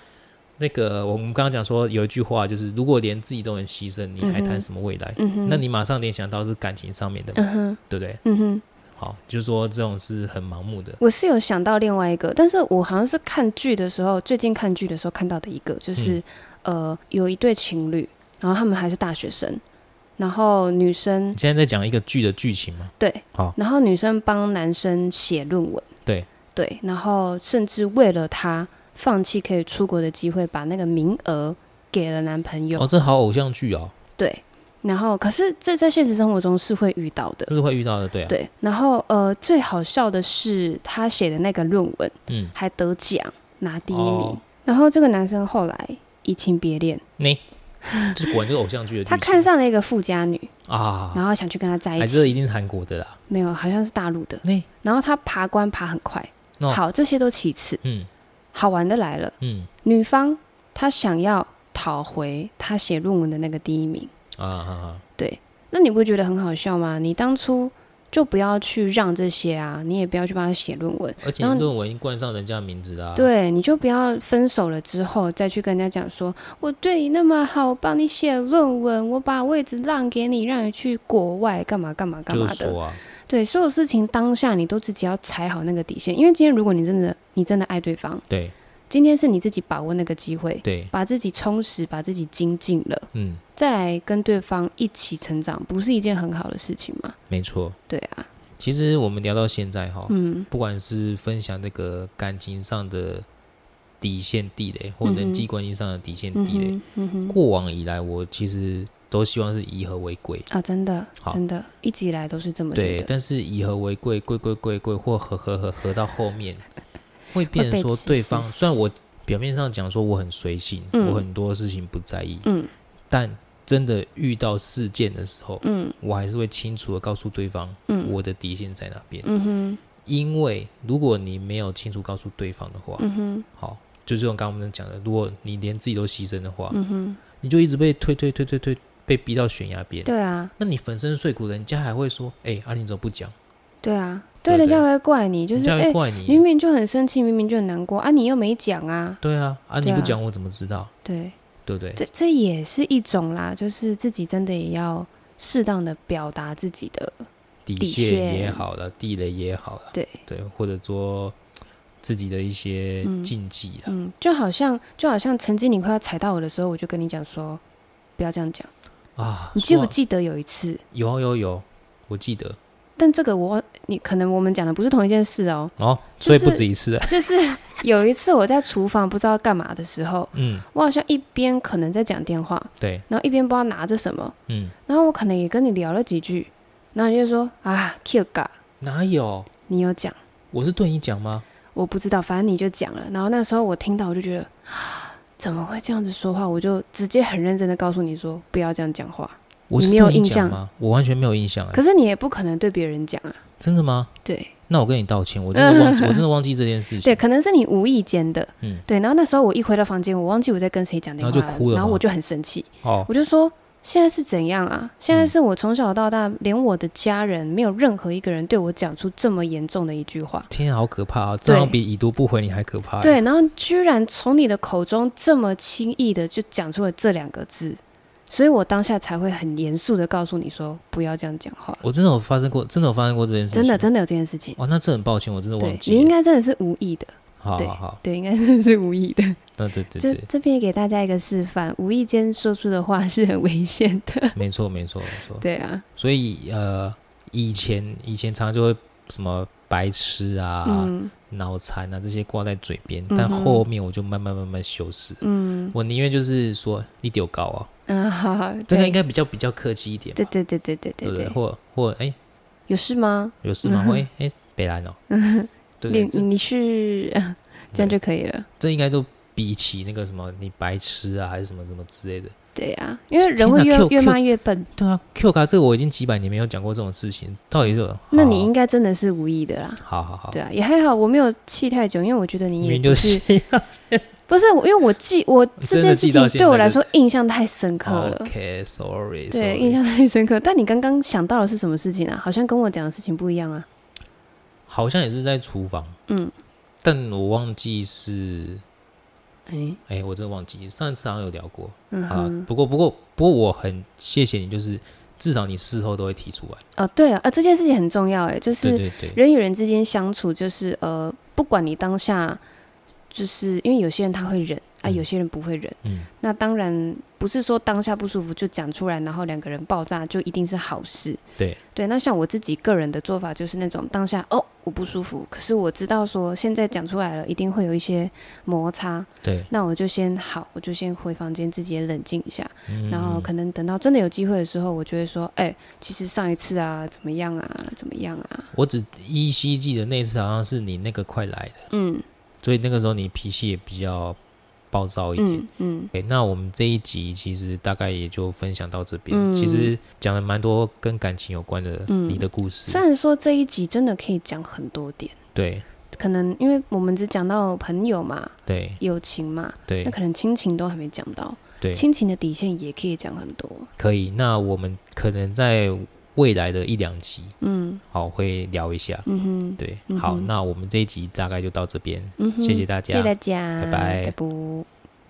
[SPEAKER 1] 那个我们刚刚讲说有一句话，就是如果连自己都能牺牲，你还
[SPEAKER 2] 嗯
[SPEAKER 1] 谈
[SPEAKER 2] 哼
[SPEAKER 1] 什么未来？
[SPEAKER 2] 嗯哼，
[SPEAKER 1] 那你马上联想到是感情上面的嘛，
[SPEAKER 2] 嗯哼，
[SPEAKER 1] 对不对？
[SPEAKER 2] 嗯哼，
[SPEAKER 1] 好，就是说这种是很盲目的。
[SPEAKER 2] 我是有想到另外一个，但是我好像是看剧的时候，最近看剧的时候看到的一个，就是、
[SPEAKER 1] 嗯
[SPEAKER 2] 呃，有一对情侣，然后他们还是大学生，然后女生
[SPEAKER 1] 你现在在讲一个剧的剧情吗？
[SPEAKER 2] 对，
[SPEAKER 1] 好
[SPEAKER 2] 然后女生帮男生写论文，
[SPEAKER 1] 对
[SPEAKER 2] 对，然后甚至为了他放弃可以出国的机会，把那个名额给了男朋友，
[SPEAKER 1] 哦，这好偶像剧哦，
[SPEAKER 2] 对，然后可是这在现实生活中是会遇到的
[SPEAKER 1] 这，是会遇到的，对啊。
[SPEAKER 2] 对，然后呃，最好笑的是他写的那个论文。
[SPEAKER 1] 嗯，
[SPEAKER 2] 还得奖拿第一名。
[SPEAKER 1] 哦
[SPEAKER 2] 然后这个男生后来移情别恋，
[SPEAKER 1] 你就是果然就是偶像剧的剧情。
[SPEAKER 2] 他看上了一个富家女，
[SPEAKER 1] 啊，
[SPEAKER 2] 然后想去跟她在
[SPEAKER 1] 哎，
[SPEAKER 2] 一
[SPEAKER 1] 这
[SPEAKER 2] 起，
[SPEAKER 1] 一定是韩国的啦。哎
[SPEAKER 2] 没有，好像是大陆的。
[SPEAKER 1] 那
[SPEAKER 2] 然后他爬关爬很快，
[SPEAKER 1] 哦
[SPEAKER 2] 好，这些都其次，
[SPEAKER 1] 嗯
[SPEAKER 2] 好玩的来了，
[SPEAKER 1] 嗯
[SPEAKER 2] 女方她想要讨回她写论文的那个第一名，
[SPEAKER 1] 啊啊啊，
[SPEAKER 2] 那你不会觉得很好笑吗？你当初就不要去让这些啊，你也不要去帮她写论文。
[SPEAKER 1] 而且
[SPEAKER 2] 然后
[SPEAKER 1] 论文已经冠上人家的名字啦。，
[SPEAKER 2] 对，你就不要分手了之后再去跟人家讲说，我对你那么好，我帮你写论文，我把位置让给你，让你去国外干嘛干嘛干
[SPEAKER 1] 就
[SPEAKER 2] 嘛
[SPEAKER 1] 是
[SPEAKER 2] 的。
[SPEAKER 1] 说啊，
[SPEAKER 2] 对，所有事情当下你都自己要踩好那个底线，因为今天如果你真的你真的爱对方，
[SPEAKER 1] 对
[SPEAKER 2] 今天是你自己把握那个机会，
[SPEAKER 1] 对，
[SPEAKER 2] 把自己充实，把自己精进了，
[SPEAKER 1] 嗯，
[SPEAKER 2] 再来跟对方一起成长，不是一件很好的事情吗？
[SPEAKER 1] 没错。
[SPEAKER 2] 对啊，
[SPEAKER 1] 其实我们聊到现在哈，
[SPEAKER 2] 嗯
[SPEAKER 1] 不管是分享这个感情上的底线地雷，或
[SPEAKER 2] 嗯哼
[SPEAKER 1] 人际关系上的底线
[SPEAKER 2] 嗯
[SPEAKER 1] 地雷，
[SPEAKER 2] 哼嗯哼
[SPEAKER 1] 过往以来，我其实都希望是以和为贵。
[SPEAKER 2] 啊，真的
[SPEAKER 1] 好
[SPEAKER 2] 真的，一直以来都是这么觉
[SPEAKER 1] 对，
[SPEAKER 2] 得。
[SPEAKER 1] 但是以和为贵，贵贵贵贵，或和和和和到后 面，会变成
[SPEAKER 2] 被
[SPEAKER 1] 说
[SPEAKER 2] 气
[SPEAKER 1] 对
[SPEAKER 2] 死
[SPEAKER 1] 方
[SPEAKER 2] 死
[SPEAKER 1] 虽然我表面上讲说我很随性，
[SPEAKER 2] 嗯
[SPEAKER 1] 我很多事情不在意，
[SPEAKER 2] 嗯
[SPEAKER 1] 但真的遇到事件的时候，
[SPEAKER 2] 嗯
[SPEAKER 1] 我还是会清楚的告诉对方
[SPEAKER 2] 嗯，
[SPEAKER 1] 我的底线在哪边。
[SPEAKER 2] 嗯哼
[SPEAKER 1] 因为如果你没有清楚告诉对方的话，
[SPEAKER 2] 嗯哼
[SPEAKER 1] 好，就是我刚刚我们讲的，如果你连自己都牺牲的话，
[SPEAKER 2] 嗯哼，
[SPEAKER 1] 你就一直被推推推推推，被逼到悬崖边。
[SPEAKER 2] 对啊，
[SPEAKER 1] 那你粉身碎骨，人家还会说：“哎、阿、玲怎么不讲？
[SPEAKER 2] 对啊，
[SPEAKER 1] 对
[SPEAKER 2] 对，
[SPEAKER 1] 不
[SPEAKER 2] 人家
[SPEAKER 1] 对
[SPEAKER 2] 会怪你，就
[SPEAKER 1] 人
[SPEAKER 2] 是
[SPEAKER 1] 家
[SPEAKER 2] 哎、
[SPEAKER 1] 会怪你。
[SPEAKER 2] 明明就很生气，明明就很难过啊，你又没讲啊，
[SPEAKER 1] 对啊，啊你
[SPEAKER 2] 对啊
[SPEAKER 1] 不讲我怎么知道？
[SPEAKER 2] 对，
[SPEAKER 1] 对不对？
[SPEAKER 2] 这这也是一种啦，就是自己真的也要适当的表达自己的，
[SPEAKER 1] 底
[SPEAKER 2] 底
[SPEAKER 1] 线
[SPEAKER 2] 线
[SPEAKER 1] 也好了，地雷也好了，
[SPEAKER 2] 对，
[SPEAKER 1] 对，或者说自己的一些
[SPEAKER 2] 嗯
[SPEAKER 1] 禁忌啦。
[SPEAKER 2] 嗯，就好像就好像曾经你快要踩到我的时候，我就跟你讲说，不要这样讲，
[SPEAKER 1] 啊，
[SPEAKER 2] 你记不
[SPEAKER 1] 说
[SPEAKER 2] 记得有一次？
[SPEAKER 1] 有啊有有，我记得
[SPEAKER 2] 但这个我忘你可能我们讲的不是同一件事哦，
[SPEAKER 1] 哦，所
[SPEAKER 2] 就
[SPEAKER 1] 以不
[SPEAKER 2] 是
[SPEAKER 1] 止一次啊。
[SPEAKER 2] 就是有一次我在厨房不知道干嘛的时候，
[SPEAKER 1] 嗯，
[SPEAKER 2] 我好像一边可能在讲电话，
[SPEAKER 1] 对，
[SPEAKER 2] 然后一边不知道拿着什么，
[SPEAKER 1] 嗯，
[SPEAKER 2] 然后我可能也跟你聊了几句，然后你就说啊 Q 嘎，
[SPEAKER 1] 哪有？
[SPEAKER 2] 你有讲，
[SPEAKER 1] 我是对你讲吗？
[SPEAKER 2] 我不知道，反正你就讲了。然后那时候我听到，我就觉得 啊怎么会这样子说话？我就直接很认真的告诉你说不要这样讲话。
[SPEAKER 1] 我是
[SPEAKER 2] 你没有
[SPEAKER 1] 对
[SPEAKER 2] 印
[SPEAKER 1] 讲
[SPEAKER 2] 象
[SPEAKER 1] 吗？我完全没有印象哎、
[SPEAKER 2] 可是你也不可能对别人讲啊，
[SPEAKER 1] 真的吗？
[SPEAKER 2] 对
[SPEAKER 1] 那我跟你道歉，我真 的忘记，我真的忘记这件事情。
[SPEAKER 2] 对，可能是你无意间的，
[SPEAKER 1] 嗯
[SPEAKER 2] 对。然后那时候我一回到房间，我忘记我在跟谁讲电话
[SPEAKER 1] 然后就哭了吗
[SPEAKER 2] 然后我就很生气，
[SPEAKER 1] 哦，
[SPEAKER 2] 我就说。现在是怎样啊？现在
[SPEAKER 1] 嗯
[SPEAKER 2] 是我从小到大，连我的家人没有任何一个人对我讲出这么严重的一句话。
[SPEAKER 1] 天啊，好可怕啊！这样比已读不回你还可怕、欸。
[SPEAKER 2] 对，然后居然从你的口中这么轻易的就讲出了这两个字，所以我当下才会很严肃的告诉你说不要这样讲话，
[SPEAKER 1] 我真的有发生过，真的有发生过这件事情。
[SPEAKER 2] 真的真的有这件事情。
[SPEAKER 1] 哇，那这很抱歉，我真的忘
[SPEAKER 2] 对，
[SPEAKER 1] 记了。
[SPEAKER 2] 你应该真的是无意的，
[SPEAKER 1] 好
[SPEAKER 2] 对
[SPEAKER 1] 好好，
[SPEAKER 2] 对，应该真的是无意的。
[SPEAKER 1] 那对对
[SPEAKER 2] 这
[SPEAKER 1] 对，
[SPEAKER 2] 这边也给大家一个示范，无意间说出的话是很危险的。
[SPEAKER 1] 没错没错没错。
[SPEAKER 2] 对啊，
[SPEAKER 1] 所以呃，以前以前常常就会什么白痴啊、
[SPEAKER 2] 嗯
[SPEAKER 1] 脑残啊这些挂在嘴边，
[SPEAKER 2] 嗯
[SPEAKER 1] 但
[SPEAKER 2] 哼
[SPEAKER 1] 后面我就慢慢慢慢修饰。
[SPEAKER 2] 嗯
[SPEAKER 1] 我宁愿就是说你丢高啊，
[SPEAKER 2] 啊，好好
[SPEAKER 1] 这个
[SPEAKER 2] 对
[SPEAKER 1] 应该比较比较客气一点
[SPEAKER 2] 对
[SPEAKER 1] 嘛，
[SPEAKER 2] 对对对
[SPEAKER 1] 对
[SPEAKER 2] 对对嗯
[SPEAKER 1] 不对？
[SPEAKER 2] 对，
[SPEAKER 1] 或或哎、
[SPEAKER 2] 有事吗？
[SPEAKER 1] 有事吗？喂，哎，北兰哦， 对
[SPEAKER 2] 嗯你
[SPEAKER 1] 对，这
[SPEAKER 2] 你是这样就可以了。
[SPEAKER 1] 这应该都比起那个什么你白痴啊，还是什么什么之类的。
[SPEAKER 2] 对啊，因为
[SPEAKER 1] 天
[SPEAKER 2] 人
[SPEAKER 1] 哪
[SPEAKER 2] 会越
[SPEAKER 1] Q- Q-
[SPEAKER 2] 越骂越笨。
[SPEAKER 1] 对啊，Q 卡这个我已经几百年没有讲过这种事情，到底是有啊
[SPEAKER 2] 那你应该真的是无意的啦。
[SPEAKER 1] 好好好，
[SPEAKER 2] 对啊，也还好，我没有气太久，因为我觉得你
[SPEAKER 1] 明
[SPEAKER 2] 也
[SPEAKER 1] 明就
[SPEAKER 2] 不
[SPEAKER 1] 是
[SPEAKER 2] 是不是我，因为我记我这
[SPEAKER 1] 真的
[SPEAKER 2] 件
[SPEAKER 1] 记
[SPEAKER 2] 事
[SPEAKER 1] 到现
[SPEAKER 2] 情对我
[SPEAKER 1] 在
[SPEAKER 2] 来
[SPEAKER 1] 就哦
[SPEAKER 2] 说印象太深刻了。
[SPEAKER 1] OK，sorry，
[SPEAKER 2] 对，印象太深刻。但你刚刚想到的是什么事情啊？好像跟我讲的事情不一样啊。
[SPEAKER 1] 好像也是在厨房，
[SPEAKER 2] 嗯，
[SPEAKER 1] 但我忘记是，
[SPEAKER 2] 哎、
[SPEAKER 1] 哎、我真的忘记上次好像有聊过
[SPEAKER 2] 嗯
[SPEAKER 1] 好啦
[SPEAKER 2] 哼，
[SPEAKER 1] 不过不过不过我很谢谢你，就是至少你事后都会提出来，
[SPEAKER 2] 哦，对啊，啊，这件事情很重要，哎，就
[SPEAKER 1] 对
[SPEAKER 2] 是
[SPEAKER 1] 对对，
[SPEAKER 2] 人与人之间相处，就是呃，不管你当下，就是因为有些人他会忍啊，
[SPEAKER 1] 嗯
[SPEAKER 2] 有些人不会忍。
[SPEAKER 1] 嗯，
[SPEAKER 2] 那当然不是说当下不舒服就讲出来，然后两个人爆炸就一定是好事。
[SPEAKER 1] 对
[SPEAKER 2] 对，那像我自己个人的做法就是那种当下哦我不舒服，可是我知道说现在讲出来了一定会有一些摩擦，
[SPEAKER 1] 对，
[SPEAKER 2] 那我就先好，我就先回房间自己也冷静一下，
[SPEAKER 1] 嗯
[SPEAKER 2] 然后可能等到真的有机会的时候，我就会说，哎、其实上一次啊怎么样啊怎么样啊，
[SPEAKER 1] 我只依稀记得那次好像是你那个快来的，
[SPEAKER 2] 嗯
[SPEAKER 1] 所以那个时候你脾气也比较暴躁一点。
[SPEAKER 2] 嗯嗯，
[SPEAKER 1] 对，那我们这一集其实大概也就分享到这边。
[SPEAKER 2] 嗯
[SPEAKER 1] 其实讲了蛮多跟感情有关的
[SPEAKER 2] 嗯
[SPEAKER 1] 你的故事，
[SPEAKER 2] 虽然说这一集真的可以讲很多点，
[SPEAKER 1] 对
[SPEAKER 2] 可能因为我们只讲到朋友嘛、
[SPEAKER 1] 对
[SPEAKER 2] 友情嘛，那
[SPEAKER 1] 对
[SPEAKER 2] 可能亲情都还没讲到，
[SPEAKER 1] 对，
[SPEAKER 2] 亲情的底线也可以讲很多，
[SPEAKER 1] 可以。那我们可能在未来的一两集，
[SPEAKER 2] 嗯
[SPEAKER 1] 好会聊一下。
[SPEAKER 2] 嗯哼，
[SPEAKER 1] 对，
[SPEAKER 2] 嗯
[SPEAKER 1] 好，
[SPEAKER 2] 哼
[SPEAKER 1] 那我们这一集大概就到这边，
[SPEAKER 2] 嗯哼，
[SPEAKER 1] 谢谢大家，
[SPEAKER 2] 谢谢大家，
[SPEAKER 1] 拜拜
[SPEAKER 2] 拜拜